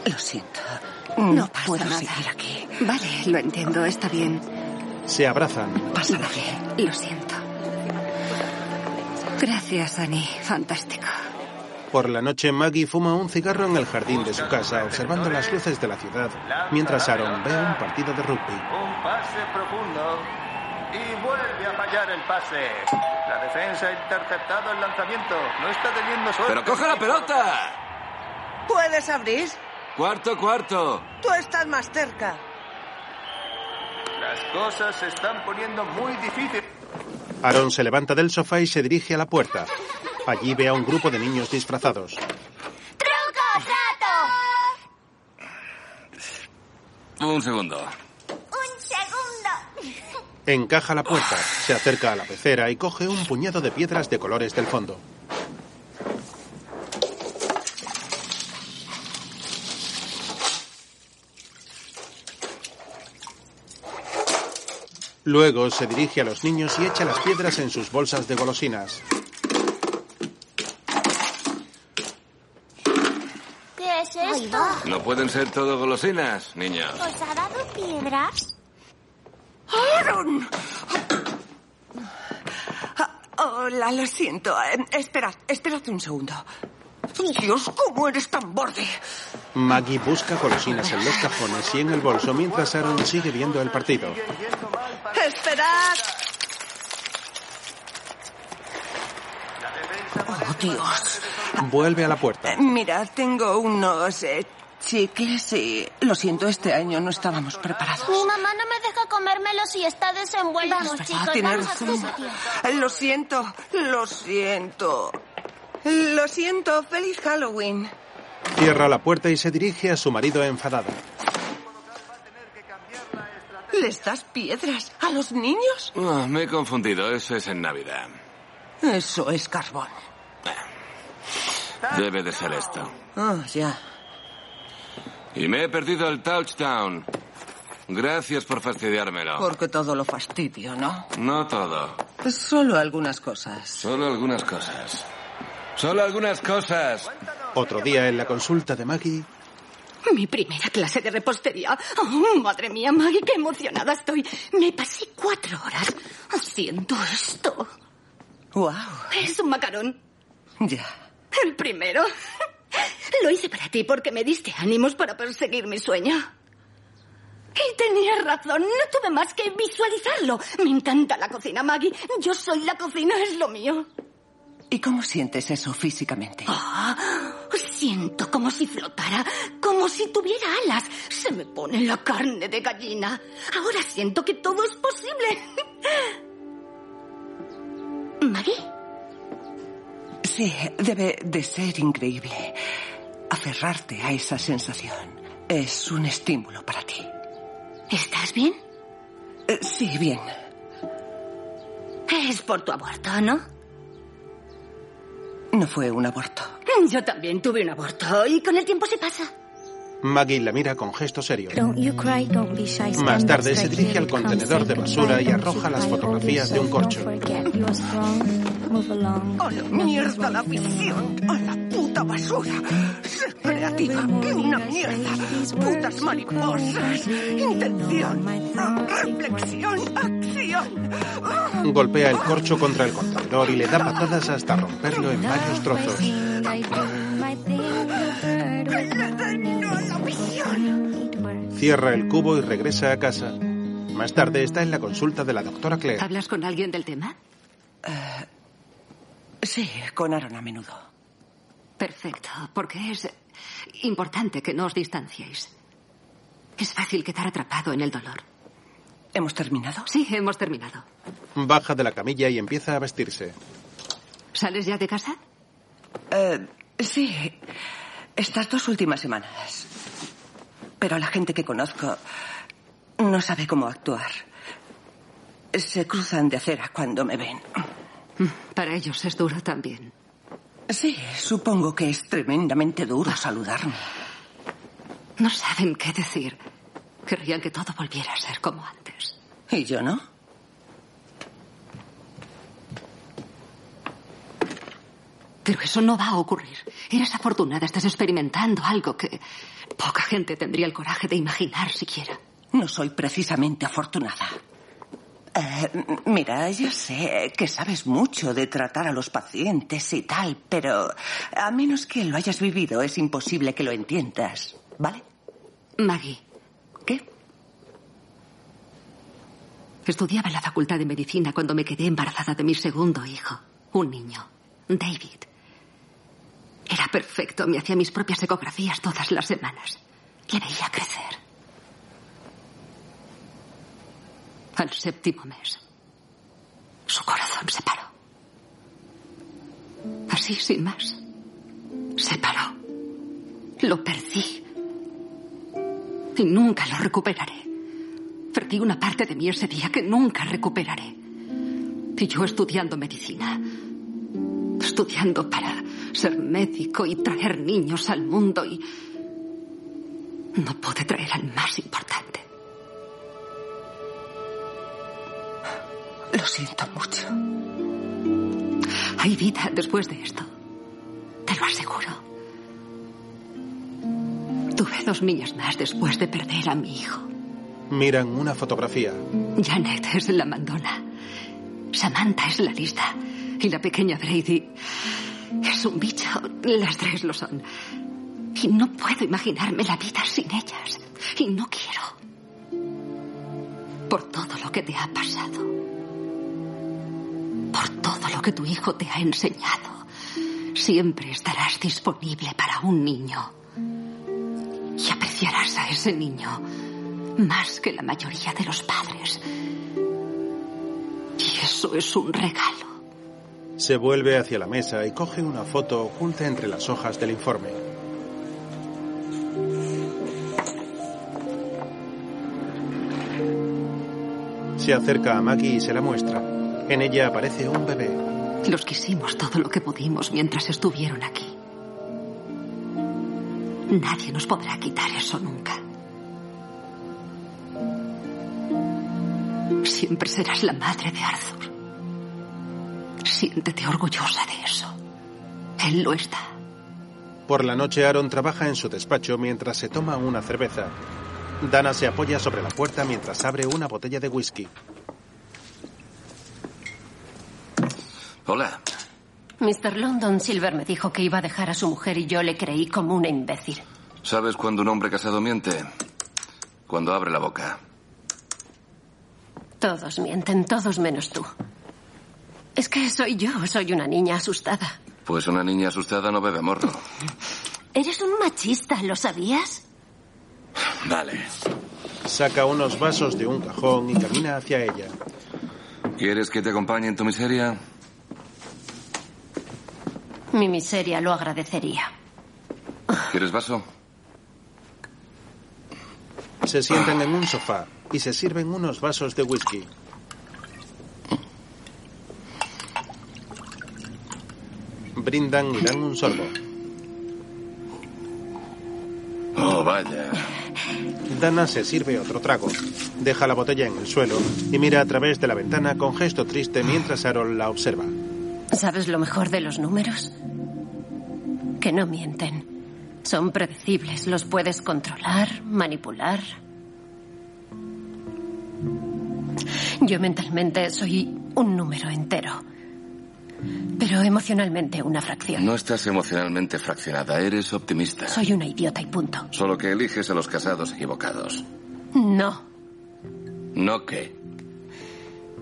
Lo siento. No No pasa puedo nada. seguir aquí. Vale, lo entiendo, está bien. Se abrazan. Pásala bien. Lo siento. Gracias, Annie. Fantástico. Por la noche, Maggie fuma un cigarro en el jardín de su casa, observando las luces de la ciudad, mientras Aaron ve un partido de rugby. Un pase profundo y vuelve a fallar el pase. La defensa ha interceptado el lanzamiento. No está teniendo suerte. ¡Pero coge la pelota! ¿Puedes abrir? Cuarto, cuarto. Tú estás más cerca. Las cosas se están poniendo muy difíciles. Aaron se levanta del sofá y se dirige a la puerta. Allí ve a un grupo de niños disfrazados. ¡Truco o trato! Un segundo. ¡Un segundo! Encaja la puerta, se acerca a la pecera y coge un puñado de piedras de colores del fondo. Luego se dirige a los niños y echa las piedras en sus bolsas de golosinas. ¿Qué es esto? No pueden ser todo golosinas, niños. ¿Os ha dado piedras? ¡Aaron! Ah, Hola, lo siento. Eh, Esperad, esperad un segundo. Dios, cómo eres tan borde. Maggie busca golosinas en los cajones y en el bolso mientras Aaron sigue viendo el partido. ¡Esperad! Oh, Dios. Vuelve a la puerta. Mirad, tengo unos eh, chicles y... Lo siento, este año no estábamos preparados. Mi mamá no me deja comérmelo si está desenvuelto, Es verdad, chicos. tiene vamos a razón. casa, tío. Lo siento, lo siento. Lo siento, feliz Halloween. Cierra la puerta y se dirige a su marido enfadada. ¿Les das piedras a los niños? Ah, me he confundido, eso es en Navidad. Eso es carbón. Debe de ser esto. Ah, ya. Y me he perdido el touchdown. Gracias por fastidiármelo. Porque todo lo fastidio, ¿no? Pues No todo, Solo algunas cosas. solo algunas cosas. Solo algunas cosas. Otro día en la consulta de Maggie, Mi primera clase de repostería. Oh, madre mía, Maggie, qué emocionada estoy. Me pasé cuatro horas haciendo esto. ¡Wow! Es un macarón. Ya. El primero. Lo hice para ti porque me diste ánimos para perseguir mi sueño. Y tenías razón, no tuve más que visualizarlo. Me encanta la cocina, Maggie. Yo soy la cocina, es lo mío. ¿Y cómo sientes eso físicamente? Ah, siento como si flotara, como si tuviera alas. Se me pone la carne de gallina. Ahora siento que todo es posible. Maggie, Sí, debe de ser increíble. Aferrarte a esa sensación es un estímulo para ti. ¿estás bien? Eh, Sí, bien. Es por tu aborto, ¿no? No fue un aborto. Yo también tuve un aborto y con el tiempo se pasa. Maggie la mira con gesto serio. Don't you cry, don't be shy, stand Más up tarde se straight, dirige here al it comes, contenedor de say goodbye, basura y don't you arroja las cry, hold fotografías de un yourself, corcho. don't forget, you are strong, move along. Mierda la visión a la puta basura. Ser creativa, una mierda. Putas mariposas. Intención, reflexión, acción. Golpea el corcho contra el contenedor y le da patadas hasta romperlo en varios trozos. Cierra el cubo y regresa a casa. Más tarde está en la consulta de la doctora Claire. ¿Hablas con alguien del tema? Sí, con Aaron a menudo. Perfecto, porque es importante que no os distanciéis. Es fácil quedar atrapado en el dolor. ¿Hemos terminado? Sí, hemos terminado. Baja de la camilla y empieza a vestirse. ¿Sales ya de casa? Eh, sí, estas dos últimas semanas. Pero la gente que conozco no sabe cómo actuar. Se cruzan de acera cuando me ven. Para ellos es duro también. Sí, supongo que es tremendamente duro saludarme. No saben qué decir. Querrían que todo volviera a ser como antes. ¿Y yo no? Pero eso no va a ocurrir. Eres afortunada, estás experimentando algo que poca gente tendría el coraje de imaginar siquiera. No soy precisamente afortunada. Eh, m- mira, ya sé que sabes mucho de tratar a los pacientes y tal, pero a menos que lo hayas vivido es imposible que lo entiendas, ¿vale? Maggie. ¿Qué? Estudiaba en la Facultad de Medicina cuando me quedé embarazada de mi segundo hijo, un niño, David. Era perfecto, me hacía mis propias ecografías todas las semanas. Le veía crecer. Al séptimo mes, su corazón se paró. Así, sin más. Se paró. Lo perdí. Y nunca lo recuperaré. Perdí una parte de mí ese día que nunca recuperaré. Y yo estudiando medicina. Estudiando para ser médico y traer niños al mundo y... No pude traer al más importante. Lo siento mucho. Hay vida después de esto. Te lo aseguro. Tuve dos niñas más después de perder a mi hijo. Miran una fotografía. Janet es la mandona. Samantha es la lista. Y la pequeña Brady es un bicho. Las tres lo son. Y no puedo imaginarme la vida sin ellas. Y no quiero. por todo lo que te ha pasado, por todo lo que tu hijo te ha enseñado. Siempre estarás disponible para un niño y apreciarás a ese niño más que la mayoría de los padres. Y eso es un regalo. Se vuelve hacia la mesa y coge una foto oculta entre las hojas del informe. Se acerca a Maggie y se la muestra. En ella aparece un bebé. Los quisimos todo lo que pudimos mientras estuvieron aquí. Nadie nos podrá quitar eso nunca. Siempre serás la madre de Arthur. Siéntete orgullosa de eso. Él lo está. Por la noche Aaron trabaja en su despacho mientras se toma una cerveza. Dana se apoya sobre la puerta mientras abre una botella de whisky. Hola. Mr. London Silver me dijo que iba a dejar a su mujer y yo le creí como una imbécil. ¿Sabes cuando un hombre casado miente? Cuando abre la boca. Todos mienten, todos menos tú. Es que soy yo, soy una niña asustada. Pues una niña asustada no bebe morro. Eres un machista, ¿lo sabías? Vale. Saca unos vasos de un cajón y camina hacia ella. ¿Quieres que te acompañe en tu miseria? Mi miseria lo agradecería. ¿Quieres vaso? Se sientan en un sofá y se sirven unos vasos de whisky. Brindan y dan un sorbo. Oh, vaya. Dana se sirve otro trago. Deja la botella en el suelo y mira a través de la ventana con gesto triste mientras Aaron la observa. ¿Sabes lo mejor de los números? Que no mienten. Son predecibles, los puedes controlar, manipular. Yo mentalmente soy un número entero, pero emocionalmente una fracción. No estás emocionalmente fraccionada, eres optimista. Soy una idiota y punto. Solo que eliges a los casados equivocados. No, No que.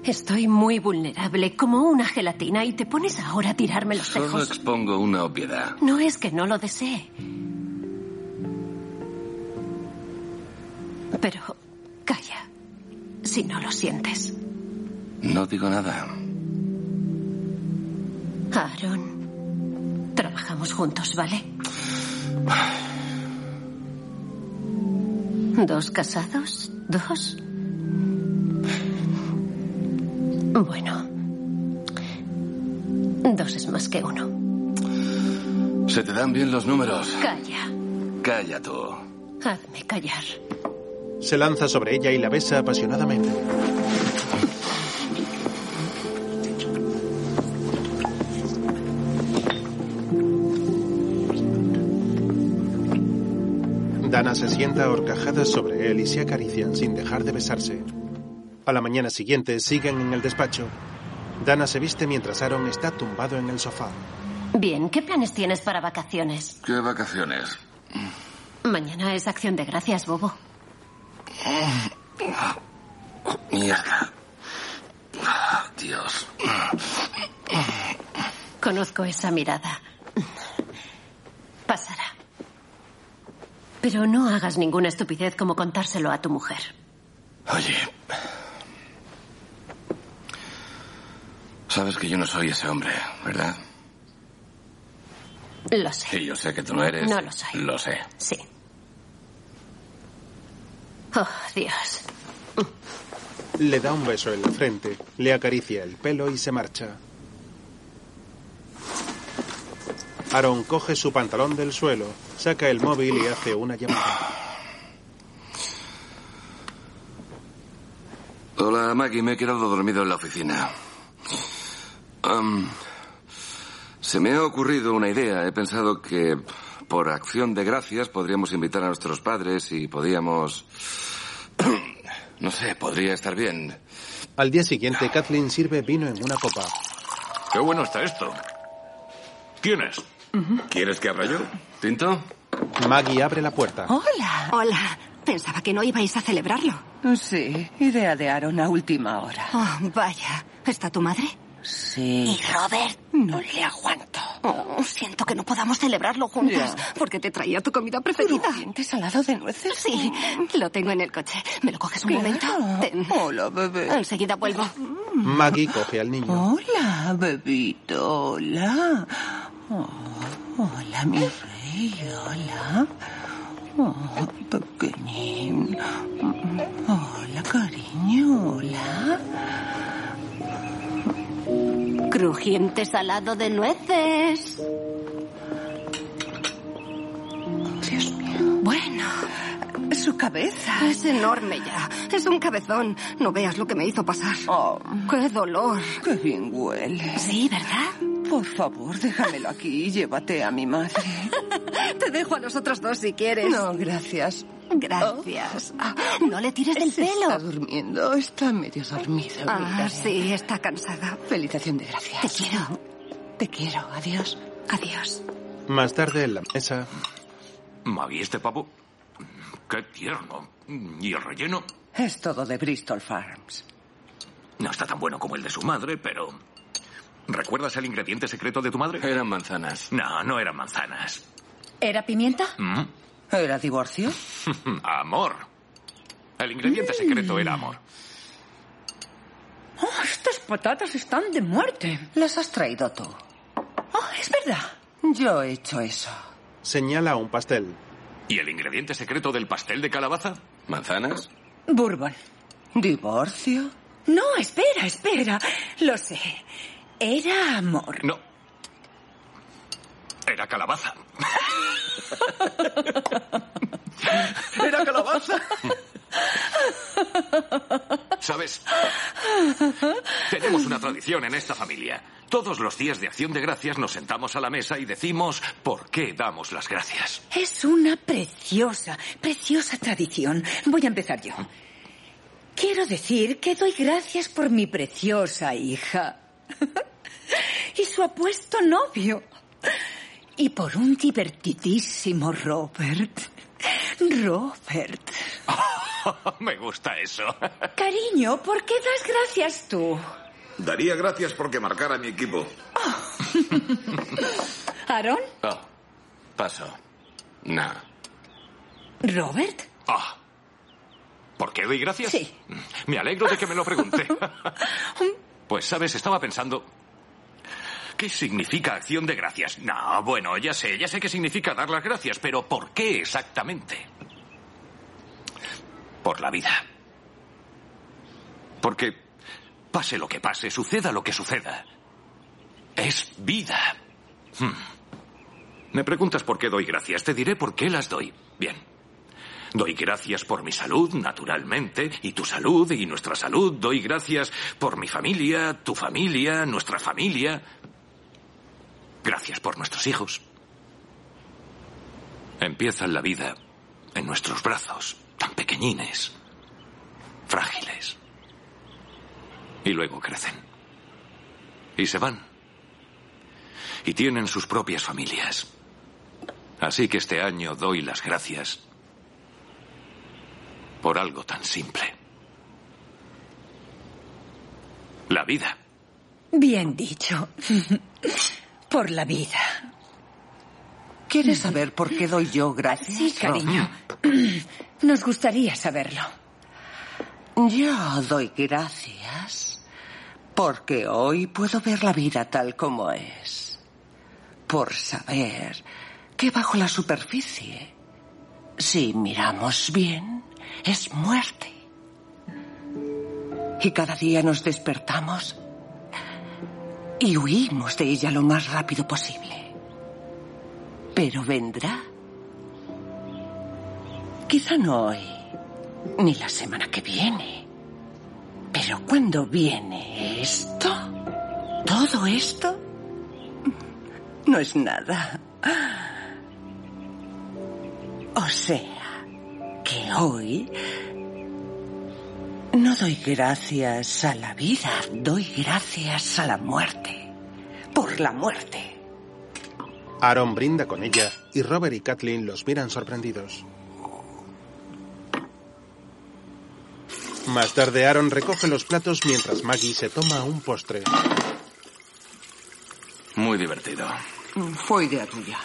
estoy muy vulnerable, como una gelatina, y te pones ahora a tirarme los Solo tejos. expongo una obviedad. No es que no lo desee. Pero calla, si no lo sientes. No digo nada. Aaron, trabajamos juntos, ¿vale? ¿Dos casados? ¿Dos? Bueno, dos es más que uno. Se te dan bien los números. Calla, Calla tú. hazme callar. Se lanza sobre ella y la besa apasionadamente. Dana se sienta ahorcajada sobre él y se acarician sin dejar de besarse. A la mañana siguiente siguen en el despacho. Dana se viste mientras Aaron está tumbado en el sofá. Bien, ¿qué planes tienes para vacaciones? ¿Qué vacaciones? Mañana es acción de gracias, Bobo. Ah. Mierda. Ah, Dios. Conozco esa mirada. Pasará. Pero no hagas ninguna estupidez como contárselo a tu mujer. Oye. Sabes que yo no soy ese hombre, ¿verdad? Lo sé. Y yo sé que tú no eres. No lo soy. Lo sé. Sí. Oh, Dios. Le da un beso en la frente, le acaricia el pelo y se marcha. Aaron coge su pantalón del suelo, saca el móvil y hace una llamada. Hola, Maggie, me he quedado dormido en la oficina. Am, se me ha ocurrido una idea. He pensado que por acción de gracias podríamos invitar a nuestros padres y podíamos... No sé, podría estar bien. Al día siguiente, Kathleen sirve vino en una copa. Qué bueno está esto. ¿Quién es? ¿Quieres que abra yo? ¿Tinto? Maggie abre la puerta. Hola. Hola. Pensaba que no ibais a celebrarlo. Sí, idea de Aaron a última hora. Oh, vaya. ¿Está tu madre? Sí. Robert? No le aguanto. Oh, siento que no podamos celebrarlo juntas, porque te traía tu comida preferida. ¿Te salado de nueces? Sí, lo tengo en el coche. ¿Me lo coges un momento? Ten. Hola, bebé. Enseguida vuelvo. Maggie coge al niño. Hola, bebito. Hola. Oh, hola, mi rey. Hola. Oh, pequeñín. Hola, cariño. Hola. Crujiente salado de nueces. Dios mío. Bueno, Su cabeza. es enorme ya. Es un cabezón. No veas lo que me hizo pasar. Oh. ¡Qué dolor! Qué bien huele. Sí, ¿verdad? Por favor, déjamelo aquí y llévate a mi madre. Te dejo a nosotros dos si quieres. No, gracias. Gracias. Ah, No le tires del Se Oh. Este Está pelo. durmiendo, está medio dormida. Ah, mira. sí, está cansada. Felicitación de gracias. Te quiero. Te quiero, adiós. Adiós. Más tarde en la mesa. Maggie, este pavo. Qué tierno. Y el relleno Es todo de Bristol Farms. no está tan bueno como el de su madre, pero. ¿Recuerdas el ingrediente secreto de tu madre? Eran manzanas. No, no eran manzanas. ¿Era pimienta? Mm. ¿Era divorcio? Mm. Amor. El ingrediente secreto era amor. Oh, estas patatas están de muerte. Las has traído tú. Oh, es verdad. Yo he hecho eso. Señala un pastel. ¿Y el ingrediente secreto del pastel de calabaza? ¿Manzanas? Bourbon. ¿Divorcio? No, espera, espera. Lo sé. Era amor. No. Era calabaza. Era calabaza. ¿Sabes? Tenemos una tradición en esta familia. Todos los días de acción de gracias nos sentamos a la mesa y decimos por qué damos las gracias. Es una preciosa, preciosa tradición. Voy a empezar yo. Quiero decir que doy gracias por mi preciosa hija y su apuesto novio y por un divertidísimo Robert. Robert. Me gusta eso. Cariño, ¿por qué das gracias tú? Daría gracias porque marcara mi equipo. ¿Aaron? Oh, paso. No. ¿Robert? Ah. ¿Por qué doy gracias? Sí. Me alegro de que me lo pregunte. Pues, ¿sabes? Estaba pensando... ¿Qué significa acción de gracias? No, bueno, ya sé, ya sé qué significa dar las gracias, pero ¿por qué exactamente? Por la vida. Porque pase lo que pase, suceda lo que suceda, es vida. Hmm. Me preguntas por qué doy gracias, te diré por qué las doy. Bien. Doy gracias por mi salud, naturalmente, y tu salud y nuestra salud. Doy gracias por mi familia, tu familia, nuestra familia. Gracias por nuestros hijos. Empiezan la vida en nuestros brazos, tan pequeñines, frágiles. Y luego crecen. Y se van. Y tienen sus propias familias. Así que este año doy las gracias por algo tan simple. La vida. Bien dicho. Por la vida. ¿Quieres saber por qué doy yo gracias? Sí, cariño. Nos gustaría saberlo. Yo doy gracias porque hoy puedo ver la vida tal como es. Por saber que bajo la superficie, si miramos bien, es muerte. Y cada día nos despertamos y huimos de ella lo más rápido posible. Pero vendrá. Quizá no hoy, ni la semana que viene. Pero cuando viene esto, todo esto, no es nada. O sea, que hoy no doy gracias a la vida, doy gracias a la muerte. Por la muerte. Aaron brinda con ella y Robert y Kathleen los miran sorprendidos. Más tarde, Aaron recoge los platos mientras Maggie se toma un postre. Muy divertido. Fue idea tuya.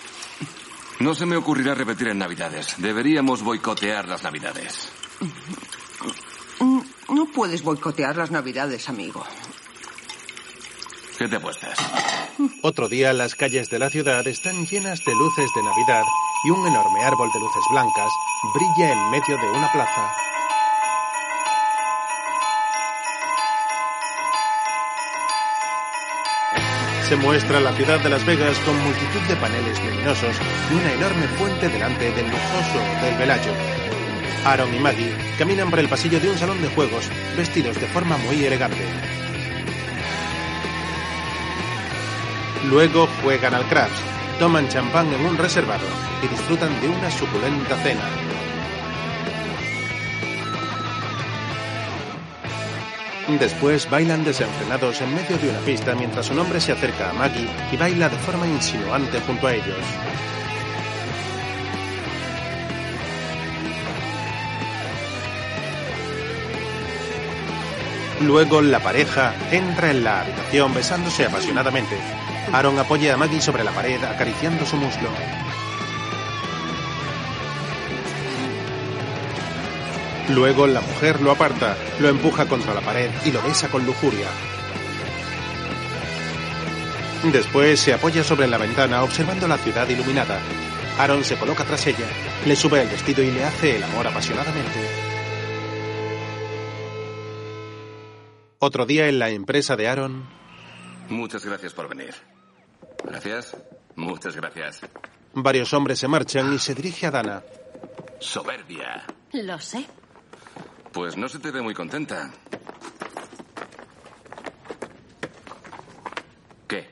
No se me ocurrirá repetir en Navidades. Deberíamos boicotear las Navidades. Mm, No puedes boicotear las navidades, amigo. ¿Qué te apuestas? Otro día las calles de la ciudad están llenas de luces de Navidad y un enorme árbol de luces blancas brilla en medio de una plaza. Se muestra la ciudad de Las Vegas con multitud de paneles luminosos y una enorme fuente delante del lujoso Hotel Velayo. Aaron y Maggie caminan por el pasillo de un salón de juegos vestidos de forma muy elegante. Luego juegan al craps, toman champán en un reservado y disfrutan de una suculenta cena. Después bailan desenfrenados en medio de una pista mientras un hombre se acerca a Maggie y baila de forma insinuante junto a ellos. Luego la pareja entra en la habitación besándose apasionadamente. Aaron apoya a Maggie sobre la pared acariciando su muslo. Luego la mujer lo aparta, lo empuja contra la pared y lo besa con lujuria. Después se apoya sobre la ventana observando la ciudad iluminada. Aaron se coloca tras ella, le sube el vestido y le hace el amor apasionadamente. Otro día en la empresa de Aaron, Muchas gracias por venir. Gracias. Muchas gracias. varios hombres se marchan y se dirige a Dana. Soberbia. Lo sé. Pues no se te ve muy contenta. ¿Qué?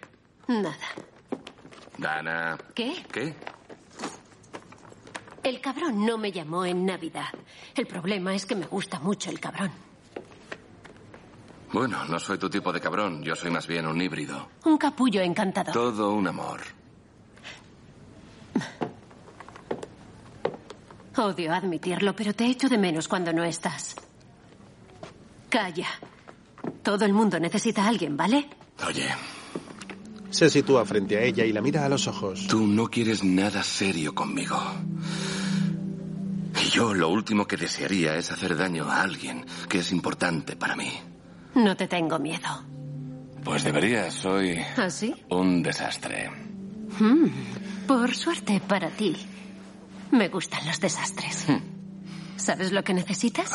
Nada. Dana. ¿Qué? ¿Qué? El cabrón no me llamó en Navidad. El problema es que me gusta mucho el cabrón. Bueno, no soy tu tipo de cabrón. Yo soy más bien un híbrido. Un capullo encantador. Todo un amor. Odio admitirlo, pero te echo de menos cuando no estás. Calla. Todo el mundo necesita a alguien, ¿vale? Oye. Se sitúa frente a ella y la mira a los ojos. Tú no quieres nada serio conmigo. Y yo lo último que desearía es hacer daño a alguien que es importante para mí. No te tengo miedo. Pues deberías, soy ¿Así? un desastre. Hmm. por suerte para ti. Me gustan los desastres. ¿Sabes lo que necesitas?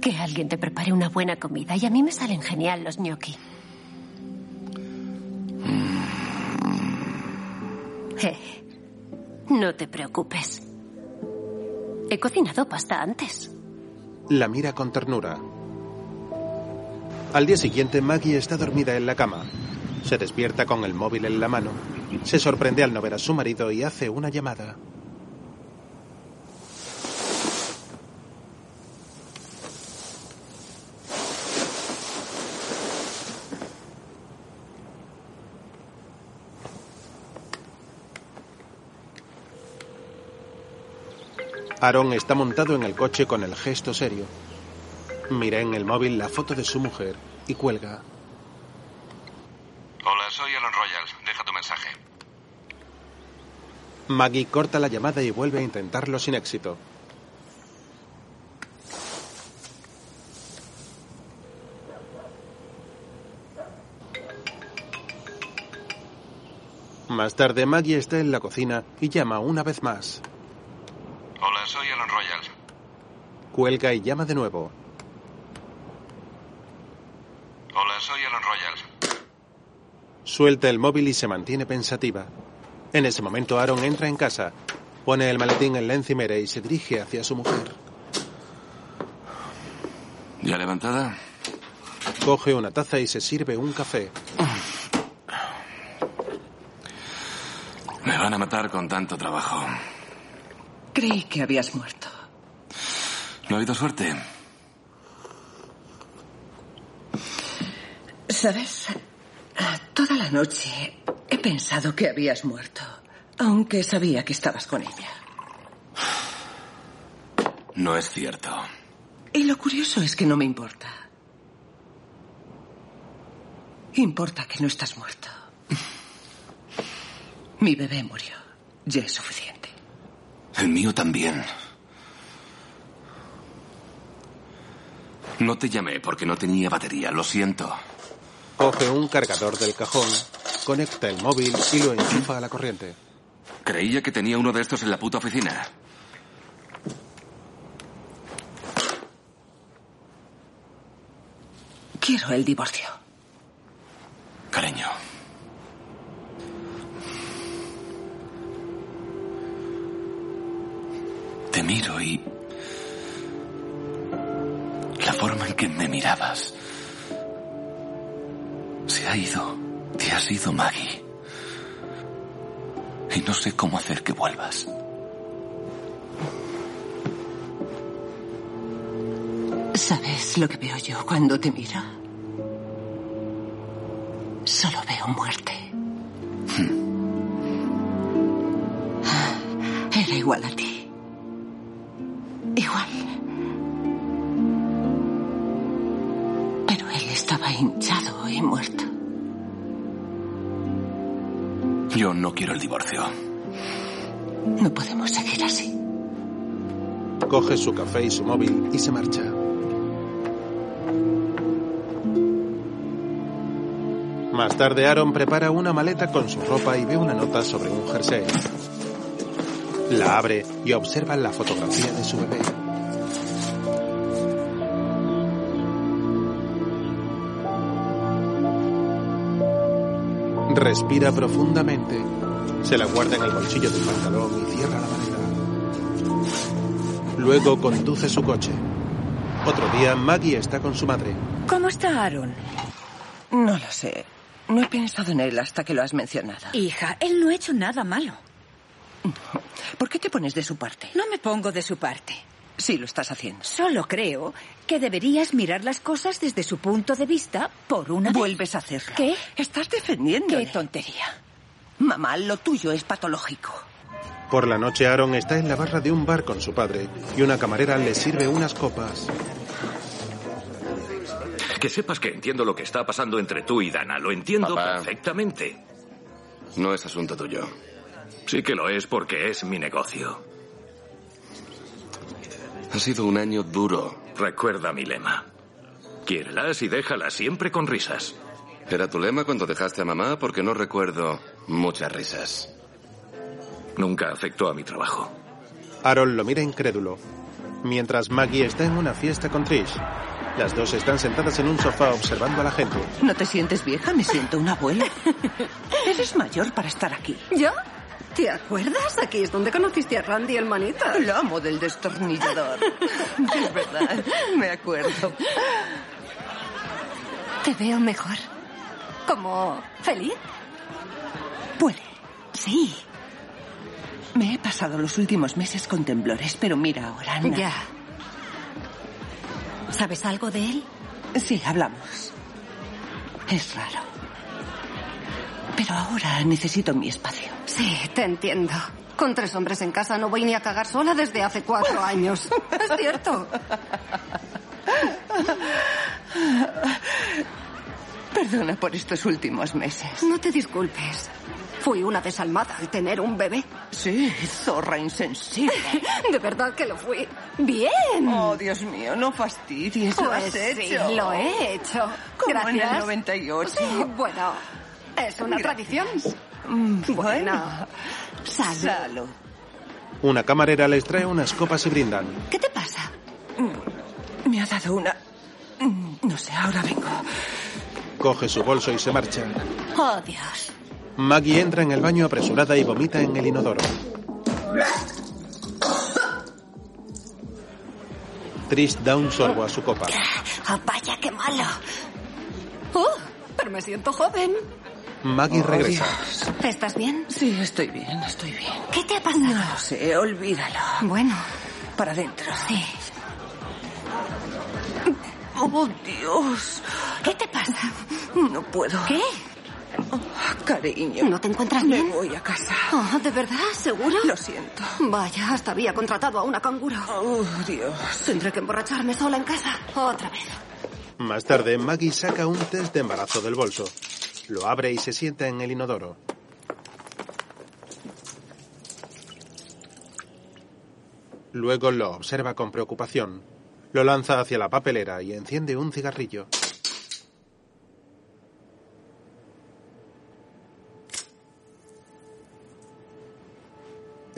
Que alguien te prepare una buena comida y a mí me salen genial los gnocchi. Eh, no te preocupes. He cocinado pasta antes. La mira con ternura. Al día siguiente, Maggie está dormida en la cama. Se despierta con el móvil en la mano. Se sorprende al no ver a su marido y hace una llamada. Aaron está montado en el coche con el gesto serio. Mira en el móvil la foto de su mujer y cuelga. Hola, soy Alan Royals. Deja tu mensaje. Maggie corta la llamada y vuelve a intentarlo sin éxito. Más tarde, Maggie está en la cocina y llama una vez más. Hola, soy Alan Royals. Cuelga y llama de nuevo. Hola, soy Alan Royals. Suelta el móvil y se mantiene pensativa. En ese momento, Aaron entra en casa, pone el maletín en la encimera y se dirige hacia su mujer. ¿Ya levantada? Coge una taza y se sirve un café. Me van a matar con tanto trabajo. Creí que habías muerto. No ha habido suerte. ¿Sabes? Toda la noche he pensado que habías muerto, aunque sabía que estabas con ella. No es cierto. Y lo curioso es que no me importa. Importa que no estás muerto. Mi bebé murió. Ya es suficiente. El mío también. No te llamé porque no tenía batería, lo siento. Coge un cargador del cajón, conecta el móvil y lo enchufa a la corriente. Creía que tenía uno de estos en la puta oficina. Quiero el divorcio. Cariño. Te miro y... La forma en que me mirabas... Se ha ido. Te has ido, Maggie. Y no sé cómo hacer que vuelvas. ¿Sabes lo que veo yo cuando te miro? Solo veo muerte. Era igual a ti. Igual. Pero él estaba hinchado y muerto. Yo no quiero el divorcio. No podemos seguir así. Coge su café y su móvil y se marcha. Más tarde, Aaron prepara una maleta con su ropa y ve una nota sobre un jersey. La abre y observa la fotografía de su bebé. Respira profundamente, se la guarda en el bolsillo del pantalón y cierra la maleta. Luego conduce su coche. Otro día, Maggie está con su madre. ¿Cómo está Aaron? No lo sé. No he pensado en él hasta que lo has mencionado. Hija, él no ha hecho nada malo. ¿Por qué te pones de su parte? No me pongo de su parte. Sí, lo estás haciendo. Solo creo que deberías mirar las cosas desde su punto de vista por una vez. Vuelves a hacerlo. ¿Qué? Estás defendiendo. ¡Qué tontería! Mamá, lo tuyo es patológico. Por la noche, Aaron está en la barra de un bar con su padre y una camarera le sirve unas copas. Que sepas que entiendo lo que está pasando entre tú y Dana. Lo entiendo perfectamente. No es asunto tuyo. Sí que lo es porque es mi negocio. Ha sido un año duro. Recuerda mi lema. Quiérelas y déjalas siempre con risas. Era tu lema cuando dejaste a mamá porque no recuerdo muchas risas. Nunca afectó a mi trabajo. Aaron lo mira incrédulo, mientras Maggie está en una fiesta con Trish. Las dos están sentadas en un sofá observando a la gente. ¿No te sientes vieja? Me siento una abuela. Eres mayor para estar aquí. ¿Yo? ¿Te acuerdas? Aquí es donde conociste a Randy, el manita. Lo amo del destornillador. Es verdad, me acuerdo. Te veo mejor. ¿Como feliz? Puede. Sí, Me he pasado los últimos meses con temblores, pero mira ahora, Ana. ya. ¿Sabes algo de él? Sí, hablamos. Es raro. Pero ahora necesito mi espacio. Sí, te entiendo. Con tres hombres en casa no voy ni a cagar sola desde hace cuatro años. Es cierto. Perdona por estos últimos meses. No te disculpes. Fui una desalmada al tener un bebé. Sí, zorra insensible. De verdad que lo fui. Bien. Oh, Dios mío, no fastidies. lo Pues has sí, hecho. lo he hecho. Como en el Gracias. 98. Sí, bueno, es una tradición. Mm, Bueno, salud. Salud. Una camarera les trae unas copas y brindan. ¿Qué te pasa? Mm, Me ha dado una... mm, No sé, ahora vengo. Coge su bolso y se marcha. Oh, Dios. Maggie entra en el baño apresurada y vomita en el inodoro. Trish da un sorbo a su copa. Oh, vaya, qué malo. Oh, pero me siento joven. Maggie regresa. ¿Estás bien? Sí, estoy bien, estoy bien. ¿Qué te ha pasado? No sé, olvídalo. Bueno, Para adentro. sí. Oh, Dios. ¿Qué te pasa? Oh, No puedo. Ah, ¿Qué? Cariño. ¿No te encuentras me bien? voy a casa. Oh, ¿De verdad? ¿Seguro? Lo siento. Vaya, hasta había contratado a una canguro. Oh, Dios. Tendré que emborracharme sola en casa. Otra vez. Más tarde, Maggie saca un test de embarazo del bolso. Lo abre y se sienta en el inodoro. Luego lo observa con preocupación. Lo lanza hacia la papelera y enciende un cigarrillo.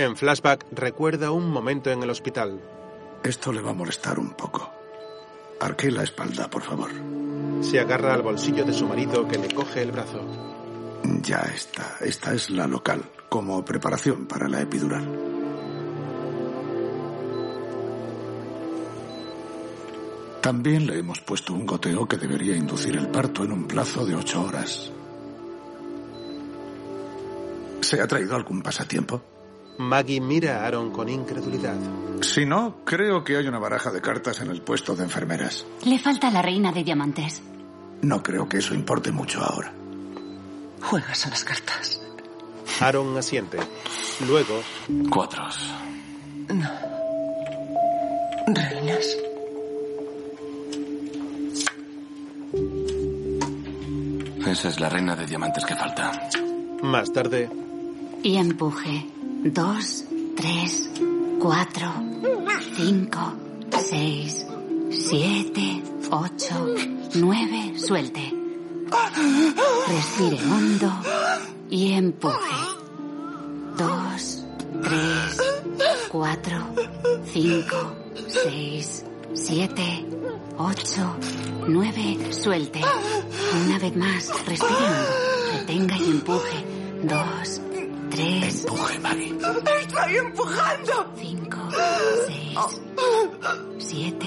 En flashback recuerda un momento en el hospital. Esto le va a molestar un poco. Arqué la espalda, por favor. Se agarra al bolsillo de su marido que le coge el brazo. Ya está. Esta es la local, como preparación para la epidural. También le hemos puesto un goteo que debería inducir el parto en un plazo de ocho horas. ¿Se ha traído algún pasatiempo? Maggie mira a Aaron con incredulidad. Si no, creo que hay una baraja de cartas en el puesto de enfermeras. Le falta la reina de diamantes. No creo que eso importe mucho ahora. Juegas a las cartas. Aaron asiente. Luego. Cuatros. No. Reinas. Esa es la reina de diamantes que falta. Más tarde, Y empuje. Dos, tres, cuatro, cinco, seis, siete, ocho, nueve. Suelte. Respire hondo y empuje. Dos, tres, cuatro, cinco, seis, siete, ocho, nueve. Suelte. Una vez más, respire hondo. Retenga y empuje. Dos, tres. Empuje, Mari. ¡Estoy empujando! Cinco, seis, siete,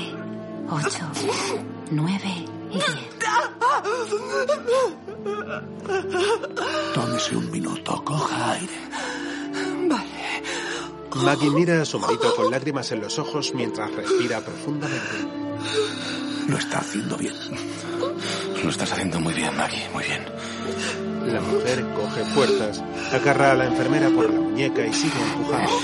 ocho, nueve y diez. Tómese un minuto, coja aire. Maggie mira a su marido con lágrimas en los ojos mientras respira profundamente. Lo está haciendo bien. Lo estás haciendo muy bien, Maggie, muy bien. La mujer coge fuerzas, agarra a la enfermera por la muñeca y sigue empujando.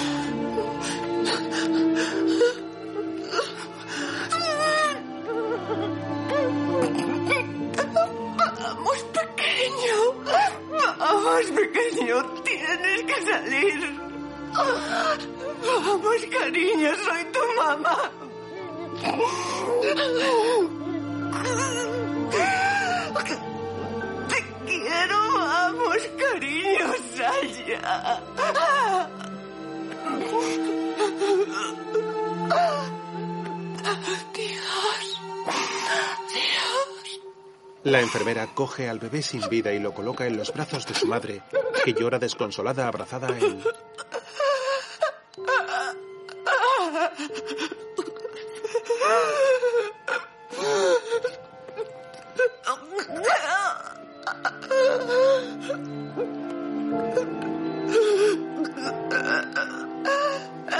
Vamos, pequeño. Vamos, pequeño. Tienes que salir. Vamos, cariño. Soy tu mamá. Te quiero. Vamos, cariño. Sal ya. Dios. Dios. La enfermera coge al bebé sin vida y lo coloca en los brazos de su madre, que llora desconsolada abrazada a él.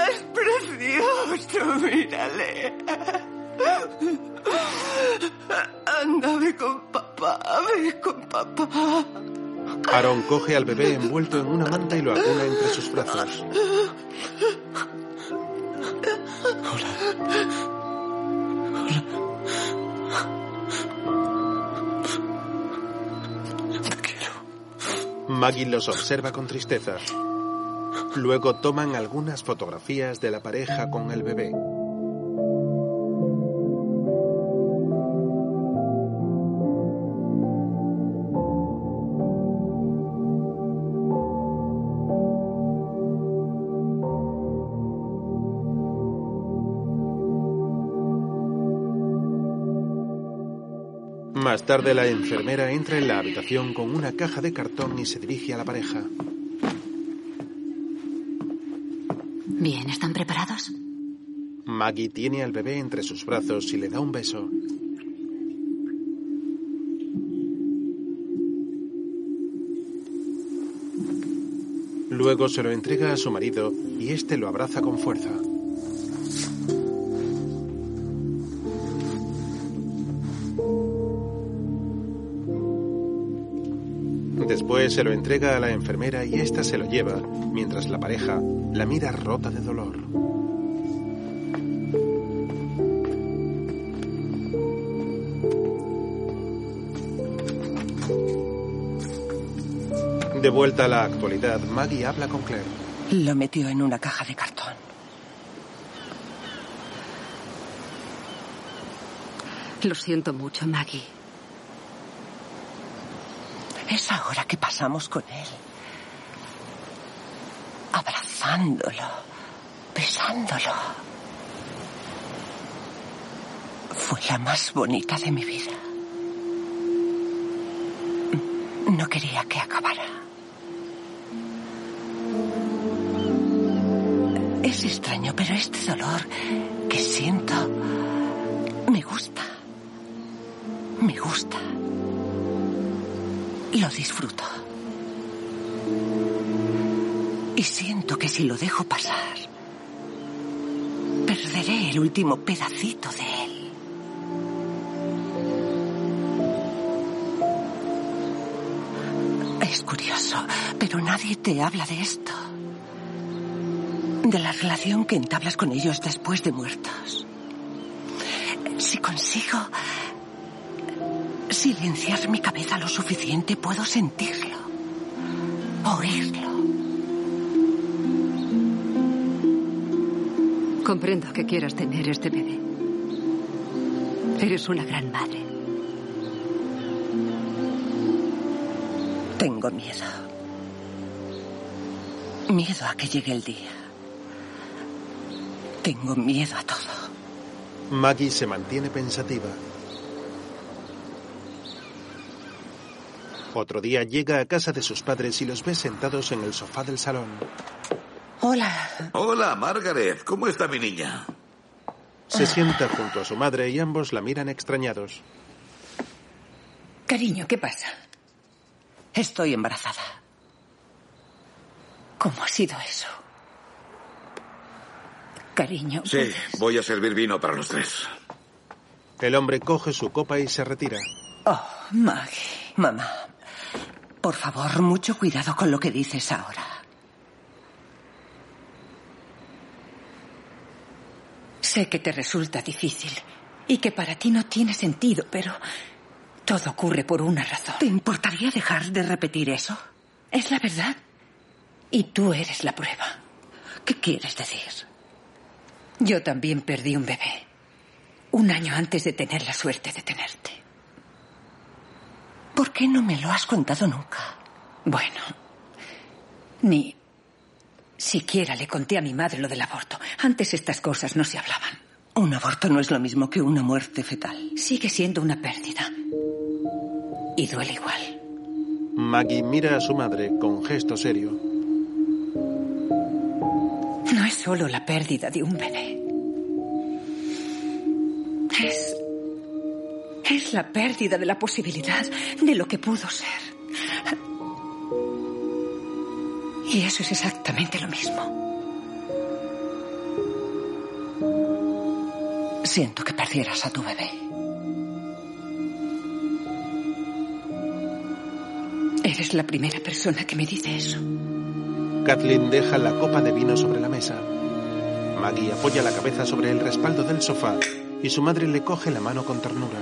Es precioso, mírale. Anda, ve con papá, ve con papá. Aaron coge al bebé envuelto en una manta y lo acuna entre sus brazos. Maggie los observa con tristeza. Luego toman algunas fotografías de la pareja con el bebé. Más tarde la enfermera entra en la habitación con una caja de cartón y se dirige a la pareja. Bien, ¿están preparados? Maggie tiene al bebé entre sus brazos y le da un beso. Luego se lo entrega a su marido y este lo abraza con fuerza. Después se lo entrega a la enfermera y ésta se lo lleva, mientras la pareja la mira rota de dolor. De vuelta a la actualidad, Maggie habla con Claire. Lo metió en una caja de cartón. Lo siento mucho, Maggie. Es ahora que pasamos con él. Abrazándolo, besándolo. Fue la más bonita de mi vida. No quería que acabara. Es extraño, pero este dolor que siento me gusta. Me gusta. Lo disfruto. Y siento que si lo dejo pasar, perderé el último pedacito de él. Es curioso, pero nadie te habla de esto. De la relación que entablas con ellos después de muertos. Si consigo silenciar mi cabeza lo suficiente, puedo sentirlo, oírlo. Comprendo que quieras tener este bebé. Eres una gran madre. Tengo miedo. Miedo a que llegue el día. Tengo miedo a todo. Maggie se mantiene pensativa. Otro día llega a casa de sus padres y los ve sentados en el sofá del salón. Hola. Hola, Margaret. ¿Cómo está mi niña? Se sienta junto a su madre y ambos la miran extrañados. Cariño, ¿qué pasa? Estoy embarazada. ¿Cómo ha sido eso? Cariño. Sí, voy a servir vino para los tres. El hombre coge su copa y se retira. Oh, Maggie. Mamá, por favor, mucho cuidado con lo que dices ahora. Sé que te resulta difícil y que para ti no tiene sentido, pero todo ocurre por una razón. ¿Te importaría dejar de repetir eso? Es la verdad. Y tú eres la prueba. ¿Qué quieres decir? Yo también perdí un bebé. Un año antes de tener la suerte de tenerte. ¿Por qué no me lo has contado nunca? Bueno, ni siquiera le conté a mi madre lo del aborto. Antes estas cosas no se hablaban. Un aborto no es lo mismo que una muerte fetal. Sigue siendo una pérdida. Y duele igual. Maggie mira a su madre con gesto serio. No es solo la pérdida de un bebé. Es es la pérdida de la posibilidad de lo que pudo ser. Y eso es exactamente lo mismo. Siento que perdieras a tu bebé. Eres la primera persona que me dice eso. Kathleen deja la copa de vino sobre la mesa. Maggie apoya la cabeza sobre el respaldo del sofá y su madre le coge la mano con ternura.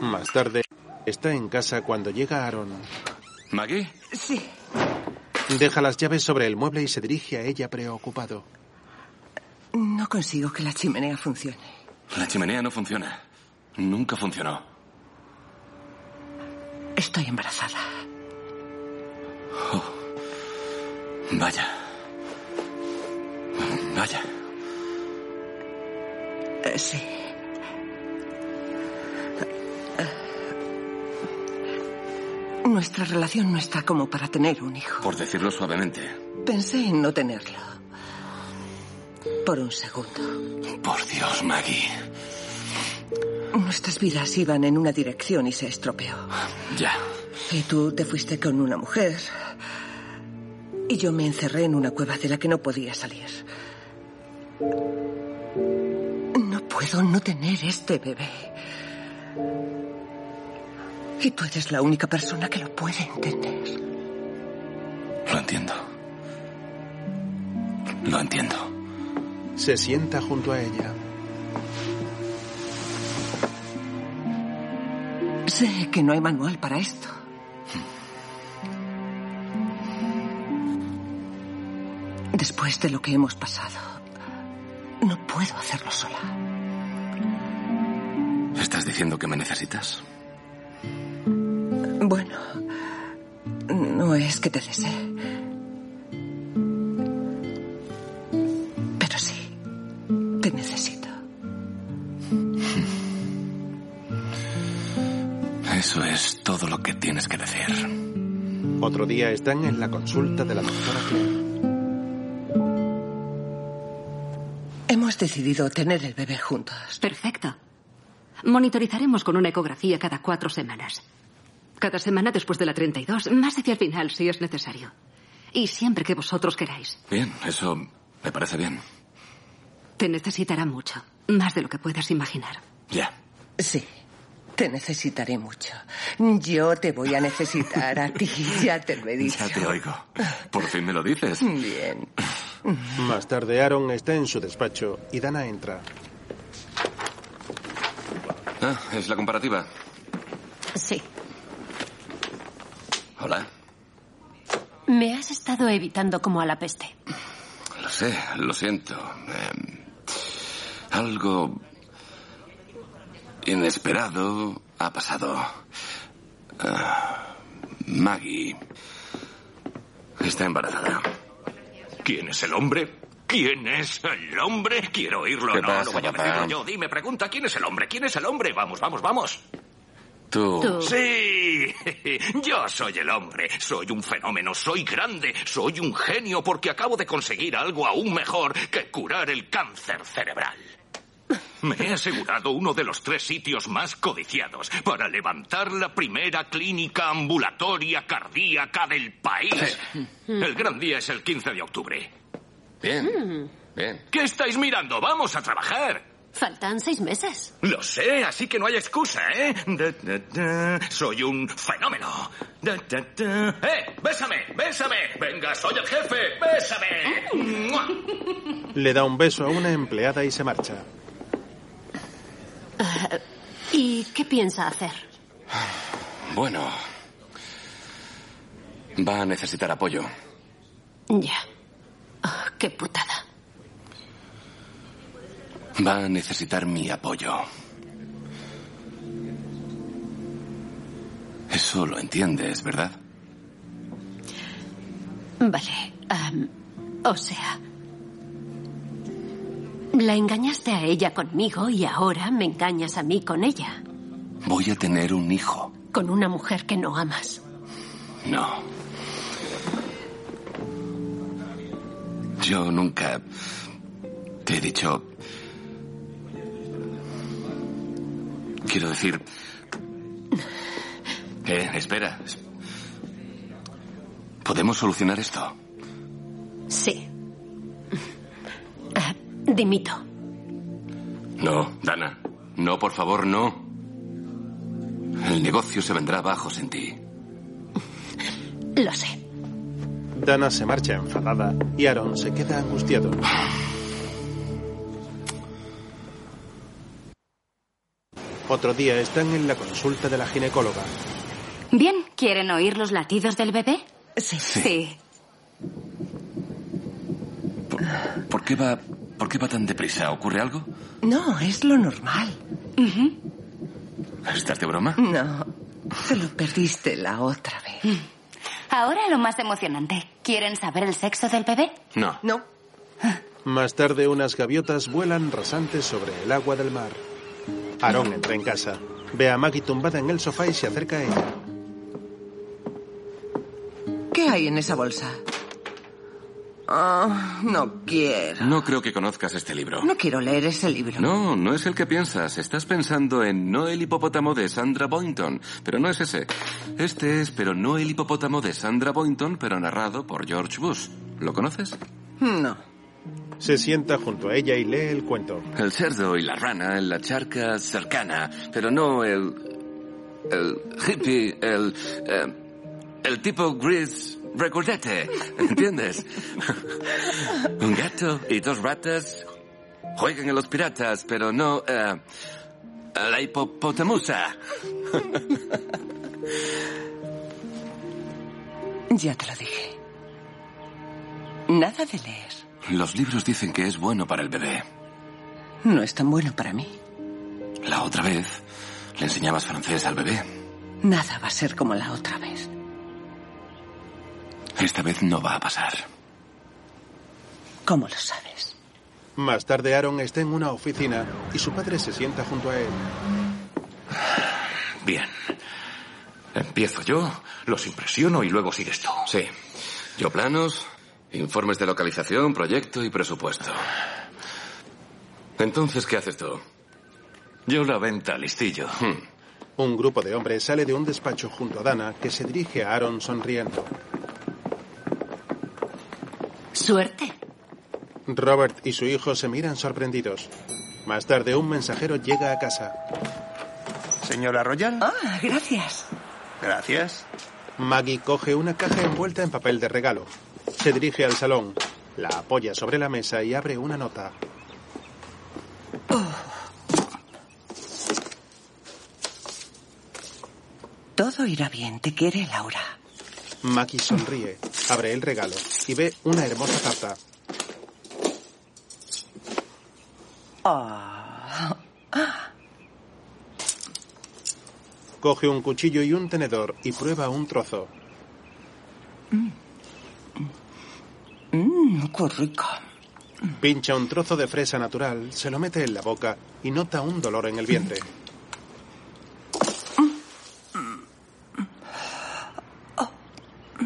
Más tarde, está en casa cuando llega Aaron. ¿Maggie? Sí. Deja las llaves sobre el mueble y se dirige a ella preocupado. No consigo que la chimenea funcione. La chimenea no funciona. Nunca funcionó. Estoy embarazada. Oh. Vaya. Vaya. Eh, sí. Nuestra relación no está como para tener un hijo. Por decirlo suavemente. Pensé en no tenerlo. Por un segundo. Por Dios, Maggie. Nuestras vidas iban en una dirección y se estropeó. Ya. Y tú te fuiste con una mujer. Y yo me encerré en una cueva de la que no podía salir. No puedo no tener este bebé. Y tú eres la única persona que lo puede entender. Lo entiendo. Lo entiendo. Se sienta junto a ella. Sé que no hay manual para esto. Después de lo que hemos pasado, no puedo hacerlo sola. ¿Estás diciendo que me necesitas? Bueno, no es que te desee. Pero sí, te necesito. Eso es todo lo que tienes que decir. Otro día están en la consulta de la doctora Claire. Hemos decidido tener el bebé juntos. Perfecto. Monitorizaremos con una ecografía cada cuatro semanas. Cada semana después de la 32, más hacia el final si es necesario. Y siempre que vosotros queráis. Bien, eso me parece bien. Te necesitará mucho, más de lo que puedas imaginar. Ya. Sí, te necesitaré mucho. Yo te voy a necesitar a ti, ya te lo he dicho. Ya te oigo. Por fin me lo dices. Bien. Más tarde, Aaron está en su despacho y Dana entra. Ah, es la comparativa. Sí. Hola. Me has estado evitando como a la peste. Lo sé, lo siento. Eh, algo inesperado ha pasado. Ah, Maggie está embarazada. ¿Quién es el hombre? ¿Quién es el hombre? Quiero oírlo. ¿Qué no, pasa, no voy a papá? decirlo yo. Dime, pregunta, ¿quién es el hombre? ¿Quién es el hombre? Vamos, vamos, vamos. Tú. Sí, yo soy el hombre, soy un fenómeno, soy grande, soy un genio porque acabo de conseguir algo aún mejor que curar el cáncer cerebral. Me he asegurado uno de los tres sitios más codiciados para levantar la primera clínica ambulatoria cardíaca del país. El gran día es el 15 de octubre. Bien, bien. ¿Qué estáis mirando? Vamos a trabajar. Faltan seis meses. Lo sé, así que no hay excusa, ¿eh? Da, da, da. Soy un fenómeno. Da, da, da. ¡Eh! ¡Bésame! ¡Bésame! ¡Venga, soy el jefe! ¡Bésame! ¡Mua! Le da un beso a una empleada y se marcha. Ah, ¿Y qué piensa hacer? Bueno. Va a necesitar apoyo. Ya. Ah, qué putada. Va a necesitar mi apoyo. Eso lo entiendes, ¿verdad? Vale. am, o sea. La engañaste a ella conmigo y ahora me engañas a mí con ella. Voy a tener un hijo. Con una mujer que no amas. No. Yo nunca te he dicho... Quiero decir... Eh, espera. Es- ¿Podemos solucionar esto? Sí. Ah, dimito. No, Dana. No, por favor, no. El negocio se vendrá abajo sin ti. Lo sé. Dana se marcha enfadada y Aaron se queda angustiado. Otro día están en la consulta de la ginecóloga. Bien, ¿quieren oír los latidos del bebé? Sí. Sí. ¿Por qué va, por qué va tan deprisa? ¿Ocurre algo? No, es lo normal. ¿Estás de broma? No, te lo perdiste la otra vez. Ahora lo más emocionante. ¿Quieren saber el sexo del bebé? No. No. Más tarde unas gaviotas vuelan rasantes sobre el agua del mar. Aaron entra en casa. Ve a Maggie tumbada en el sofá y se acerca a ella. ¿Qué hay en esa bolsa? Ah, no quiero. No creo que conozcas este libro. No quiero leer ese libro. No, no es el que piensas. Estás pensando en No el hipopótamo de Sandra Boynton, pero no es ese. Este es Pero no el hipopótamo de Sandra Boynton, pero narrado por George Bush. ¿Lo conoces? No. Se sienta junto a ella y lee el cuento. El cerdo y la rana en la charca cercana, pero no el. el hippie, el. eh, el tipo gris recordete, ¿entiendes? Un gato y dos ratas juegan a los piratas, pero no. eh, a la hipopotamusa. Ya te lo dije. Nada de leer. Los libros dicen que es bueno para el bebé. No es tan bueno para mí. La otra vez le enseñabas francés al bebé. Nada va a ser como la otra vez. Esta vez no va a pasar. ¿Cómo lo sabes? Más tarde Aaron está en una oficina y su padre se sienta junto a él. Bien. Empiezo yo, los impresiono y luego sigues tú. Sí. Yo planos, informes de localización, proyecto y presupuesto. Entonces, ¿qué haces tú? Hmm. Yo la venta, listillo. Un grupo de hombres sale de un despacho junto a Dana que se dirige a Aaron sonriendo. Suerte. Robert y su hijo se miran sorprendidos. Más tarde un mensajero llega a casa. Señora Royal. Ah, gracias. Gracias. Maggie coge una caja envuelta en papel de regalo. Se dirige al salón, la apoya sobre la mesa y abre una nota. Todo irá bien, te quiere Laura. Maggie sonríe, abre el regalo y ve una hermosa carta. Ah. Coge un cuchillo y un tenedor y prueba un trozo. Mm. Mmm, qué rico. Pincha un trozo de fresa natural, se lo mete en la boca y nota un dolor en el vientre. Mm.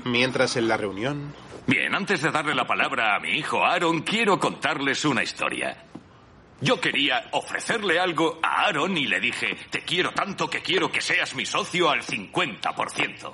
Mientras en la reunión, Bien, antes de darle la palabra a mi hijo Aaron, quiero contarles una historia. Yo quería ofrecerle algo a Aaron y le dije, te quiero tanto que quiero que seas mi socio al 50%.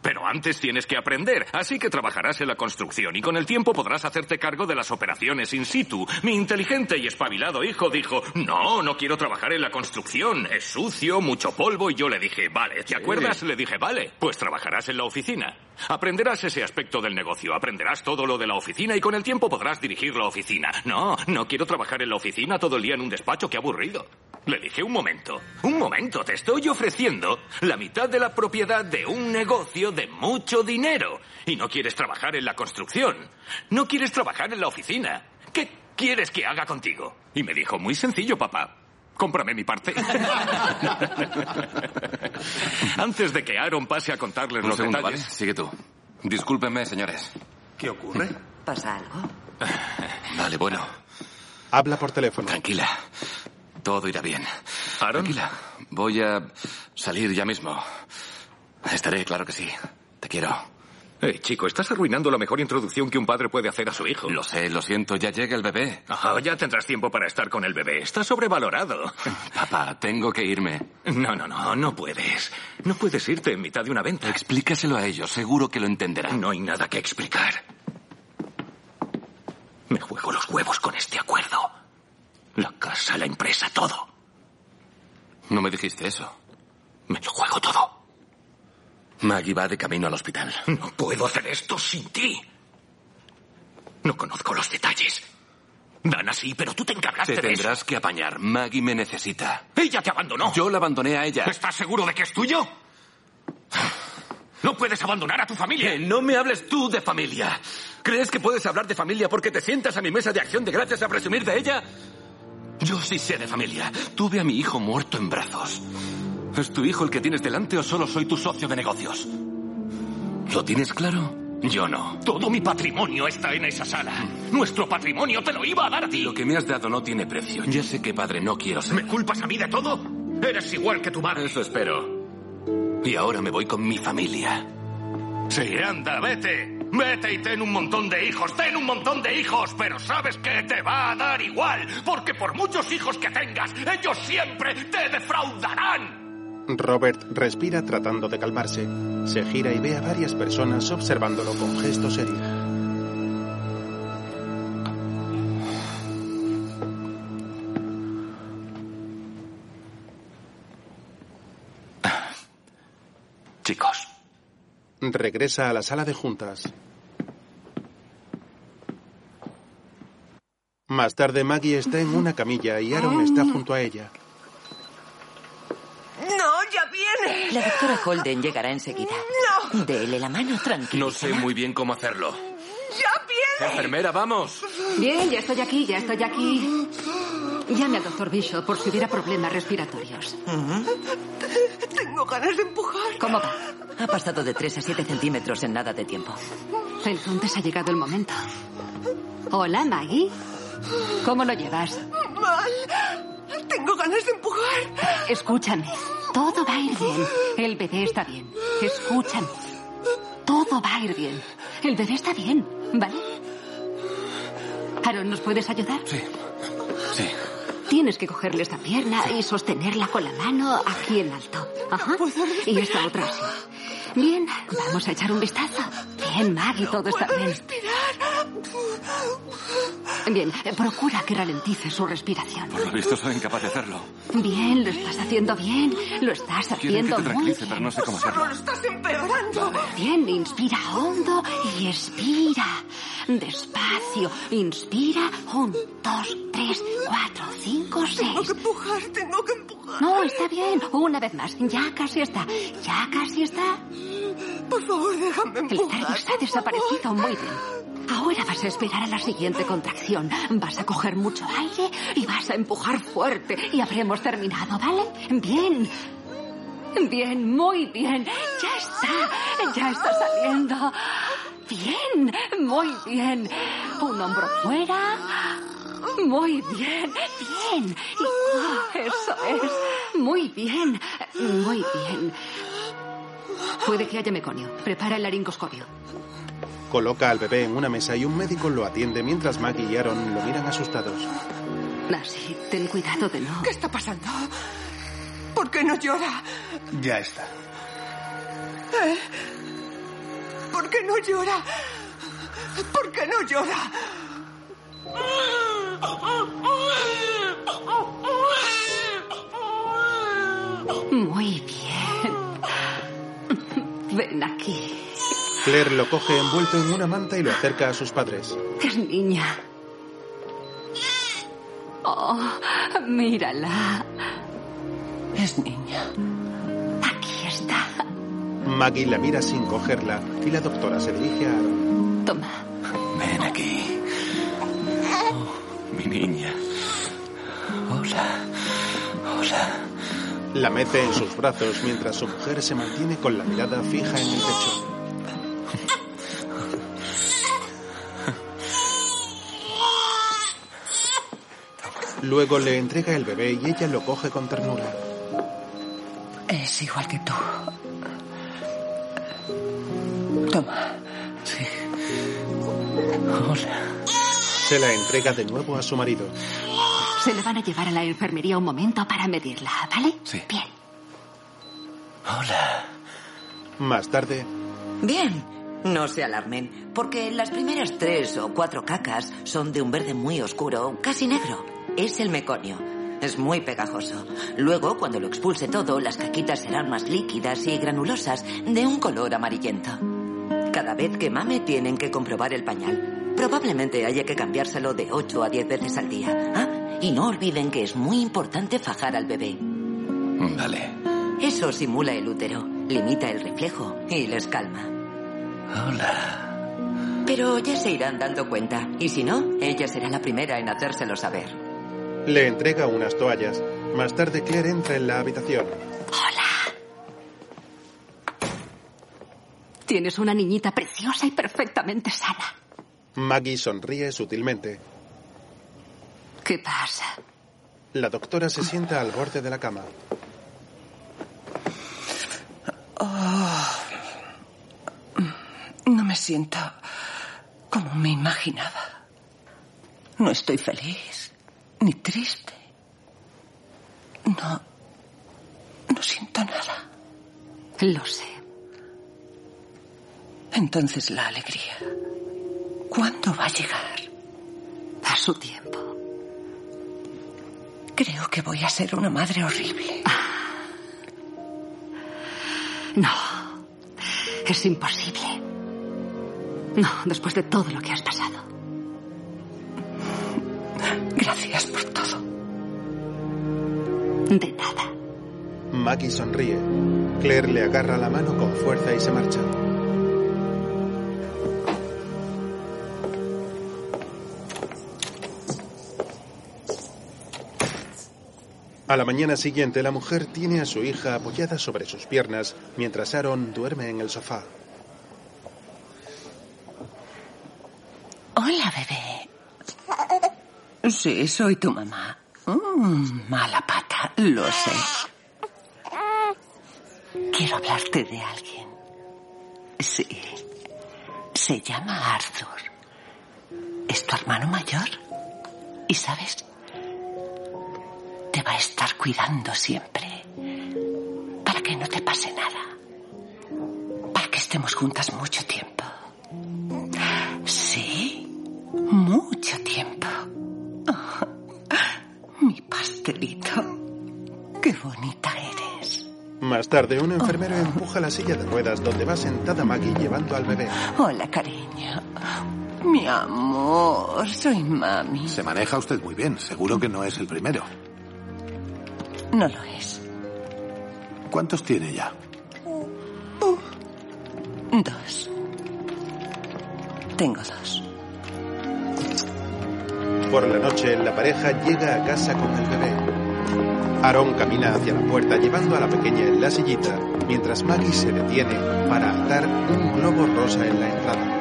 Pero antes tienes que aprender, así que trabajarás en la construcción y con el tiempo podrás hacerte cargo de las operaciones in situ. Mi inteligente y espabilado hijo dijo, no, no quiero trabajar en la construcción, es sucio, mucho polvo y yo le dije, vale, ¿te acuerdas? Le dije, vale, pues trabajarás en la oficina. Aprenderás ese aspecto del negocio, aprenderás todo lo de la oficina y con el tiempo podrás dirigir la oficina. No, no quiero trabajar en la oficina todo el día en un despacho, qué aburrido. Le dije, un momento, un momento, te estoy ofreciendo la mitad de la propiedad de un negocio de mucho dinero. Y no quieres trabajar en la construcción, no quieres trabajar en la oficina. ¿Qué quieres que haga contigo? Y me dijo, muy sencillo, papá. Cómprame mi parte. Antes de que Aaron pase a contarles Un los segundo, detalles. ¿vale? Sigue tú. Discúlpenme, señores. ¿Qué ocurre? ¿Pasa algo? Vale, bueno. Habla por teléfono. Tranquila. Todo irá bien. Tranquila. Voy a salir ya mismo. Estaré, claro que sí. Te quiero. Hey, chico, estás arruinando la mejor introducción que un padre puede hacer a su hijo. Lo sé, lo siento. Ya llega el bebé. Oh, ya tendrás tiempo para estar con el bebé. Está sobrevalorado. Papá, tengo que irme. No, no, no, no puedes. No puedes irte en mitad de una venta. Explícaselo a ellos. Seguro que lo entenderán. No hay nada que explicar. Me juego los huevos con este acuerdo. La casa, la empresa, todo. No me dijiste eso. Me lo juego todo. Maggie va de camino al hospital. No puedo hacer esto sin ti. No conozco los detalles. Dan así, pero tú te encargaste Te de eso. tendrás que apañar. Maggie me necesita. Ella te abandonó. Yo la abandoné a ella. ¿Estás seguro de que es tuyo? No puedes abandonar a tu familia. Que Eh, no me hables tú de familia. ¿Crees que puedes hablar de familia porque te sientas a mi mesa de acción de gracias a presumir de ella? Yo sí sé de familia. Tuve a mi hijo muerto en brazos. ¿Es tu hijo el que tienes delante o solo soy tu socio de negocios? ¿Lo tienes claro? Yo no. Todo mi patrimonio está en esa sala. Nuestro patrimonio te lo iba a dar a ti. Lo que me has dado no tiene precio. Ya sé que padre no quiero ser. ¿Me culpas a mí de todo? Eres igual que tu madre. Eso espero. Y ahora me voy con mi familia. Sí, anda, vete. Vete y ten un montón de hijos, ten un montón de hijos, pero sabes que te va a dar igual, porque por muchos hijos que tengas, ellos siempre te defraudarán. Robert respira tratando de calmarse. Se gira y ve a varias personas observándolo con gesto serio. Regresa a la sala de juntas. Más tarde, Maggie está en una camilla y Aaron está junto a ella. ¡No, ya viene! La doctora Holden llegará enseguida. ¡No! Dele la mano, tranquilo. No sé muy bien cómo hacerlo. ¡Ya viene! Enfermera, vamos. Bien, ya estoy aquí, ya estoy aquí. Llame al doctor Bishop por si hubiera problemas respiratorios. Tengo ganas de empujar. ¿Cómo va? Ha pasado de 3 a 7 centímetros en nada de tiempo. Entonces ha llegado el momento. Hola, Maggie. ¿Cómo lo llevas? Mm, Mal. Tengo ganas de empujar. Escúchame. Todo va a ir bien. El bebé está bien. Escúchame. Todo va a ir bien. El bebé está bien, ¿vale? Aaron, ¿nos puedes ayudar? Sí. Sí. Tienes que cogerle esta pierna y sostenerla con la mano aquí en alto. Ajá. y esta otra así. Bien, vamos a echar un vistazo. Bien, Maggie, todo está bien. Bien, eh, procura que ralentice su respiración. Por lo visto soy incapaz de hacerlo. Bien, lo estás haciendo bien, lo estás Quieren que haciendo te muy tranquilice, pero no sé cómo hacerlo. Solo lo estás empeorando. Bien, inspira hondo y expira. Despacio, inspira. Un, dos, tres, cuatro, cinco, seis. Tengo que empujar, tengo que empujar. No, está bien. Una vez más. Ya casi está. Ya casi está. Por favor, déjame empujar. El cerdo está desaparecido. Muy bien. Ahora vas a esperar a la siguiente contracción. Vas a coger mucho aire y vas a empujar fuerte. Y habremos terminado, ¿vale? Bien. Bien, muy bien. Ya está, ya está saliendo. Bien, muy bien. Un hombro fuera. Muy bien, bien. Y- Eso es. Muy bien, muy bien. Puede que haya meconio. Prepara el laringoscopio. Coloca al bebé en una mesa y un médico lo atiende mientras Maggie y Aaron lo miran asustados. Así, ten cuidado de no. ¿Qué está pasando? ¿Por qué no llora? Ya está. ¿Eh? ¿Por qué no llora? ¿Por qué no llora? Mm. Muy bien. Ven aquí. Claire lo coge envuelto en una manta y lo acerca a sus padres. Es niña. Oh, mírala. Es niña. Aquí está. Maggie la mira sin cogerla y la doctora se dirige a Aaron. Toma. Ven aquí. Oh, mi niña. Hola. Hola. La mete en sus brazos mientras su mujer se mantiene con la mirada fija en el techo. Luego le entrega el bebé y ella lo coge con ternura. Es igual que tú. Toma. Hola. Se la entrega de nuevo a su marido. Se le van a llevar a la enfermería un momento para medirla, ¿vale? Sí. Bien. Hola. Más tarde, Bien, no se alarmen, porque las primeras tres o cuatro cacas son de un verde muy oscuro, casi negro. Es el meconio. Es muy pegajoso. Luego, cuando lo expulse todo, las caquitas serán más líquidas y granulosas, de un color amarillento. Cada vez que mame tienen que comprobar el pañal. Probablemente haya que cambiárselo de 8 a 10 veces al día. Ah, y no olviden que es muy importante fajar al bebé. Vale. Eso simula el útero, limita el reflejo y les calma. Hola. Pero ya se irán dando cuenta. Y si no, ella será la primera en hacérselo saber. le entrega unas toallas. Más tarde, Claire entra en la habitación. Tienes una niñita preciosa y perfectamente sana. Maggie sonríe sutilmente. ¿Qué pasa? La doctora se sienta al borde de la cama. Oh. No me siento como me imaginaba. No estoy feliz ni triste. No. No siento nada. Lo sé. Entonces la alegría. ¿Cuándo va a llegar? A su tiempo. Creo que voy a ser una madre horrible. No. Es imposible. No, después de todo lo que has pasado. Gracias por todo. De nada. Maggie sonríe. Claire le agarra la mano con fuerza y se marcha. A la mañana siguiente, la mujer tiene a su hija apoyada sobre sus piernas mientras Aaron duerme en el sofá. Hola, bebé. Sí, soy tu mamá. Mm, mala pata, lo sé. Quiero hablarte de alguien. Sí. Se llama Arthur. Es tu hermano mayor. Y sabes, te va a estar cuidando siempre. Para que no te pase nada. Para que estemos juntas mucho tiempo. Sí, mucho tiempo. Mi pastelito. Qué bonita eres. Más tarde, un enfermero empuja la silla de ruedas donde va sentada Maggie llevando al bebé. Hola, cariño. Mi amor, soy mami. Se maneja usted muy bien. Seguro que no es el primero. No lo es. ¿Cuántos tiene ya? Dos. Tengo dos. Por la noche, la pareja llega a casa con el bebé. Aaron camina hacia la puerta llevando a la pequeña en la sillita, mientras Maggie se detiene para atar un globo rosa en la entrada.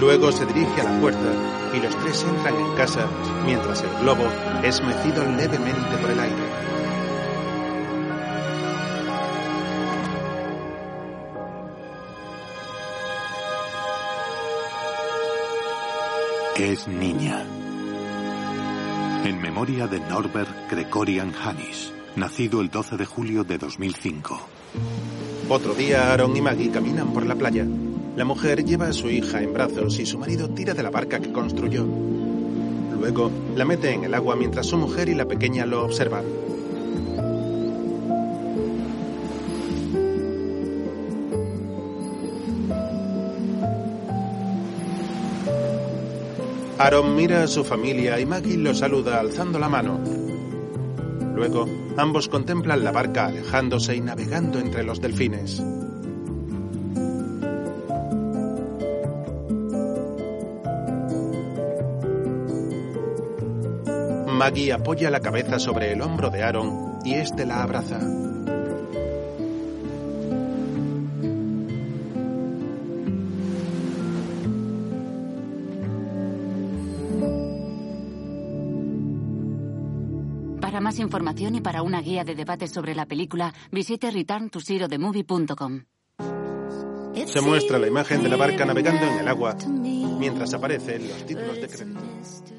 Luego se dirige a la puerta y los tres entran en casa mientras el globo es mecido levemente por el aire. Es niña. En memoria de Norbert Gregorian Hannis, nacido el 12 de julio de 2005. Otro día, Aaron y Maggie caminan por la playa. La mujer lleva a su hija en brazos y su marido tira de la barca que construyó. Luego, la mete en el agua mientras su mujer y la pequeña lo observan. Aaron mira a su familia y Maggie lo saluda alzando la mano. Luego, ambos contemplan la barca alejándose y navegando entre los delfines. Maggie apoya la cabeza sobre el hombro de Aaron y este la abraza. Para más información y para una guía de debate sobre la película, visite returntozerothemovie.com. Se muestra la imagen de la barca navegando en el agua mientras aparecen los títulos de crédito.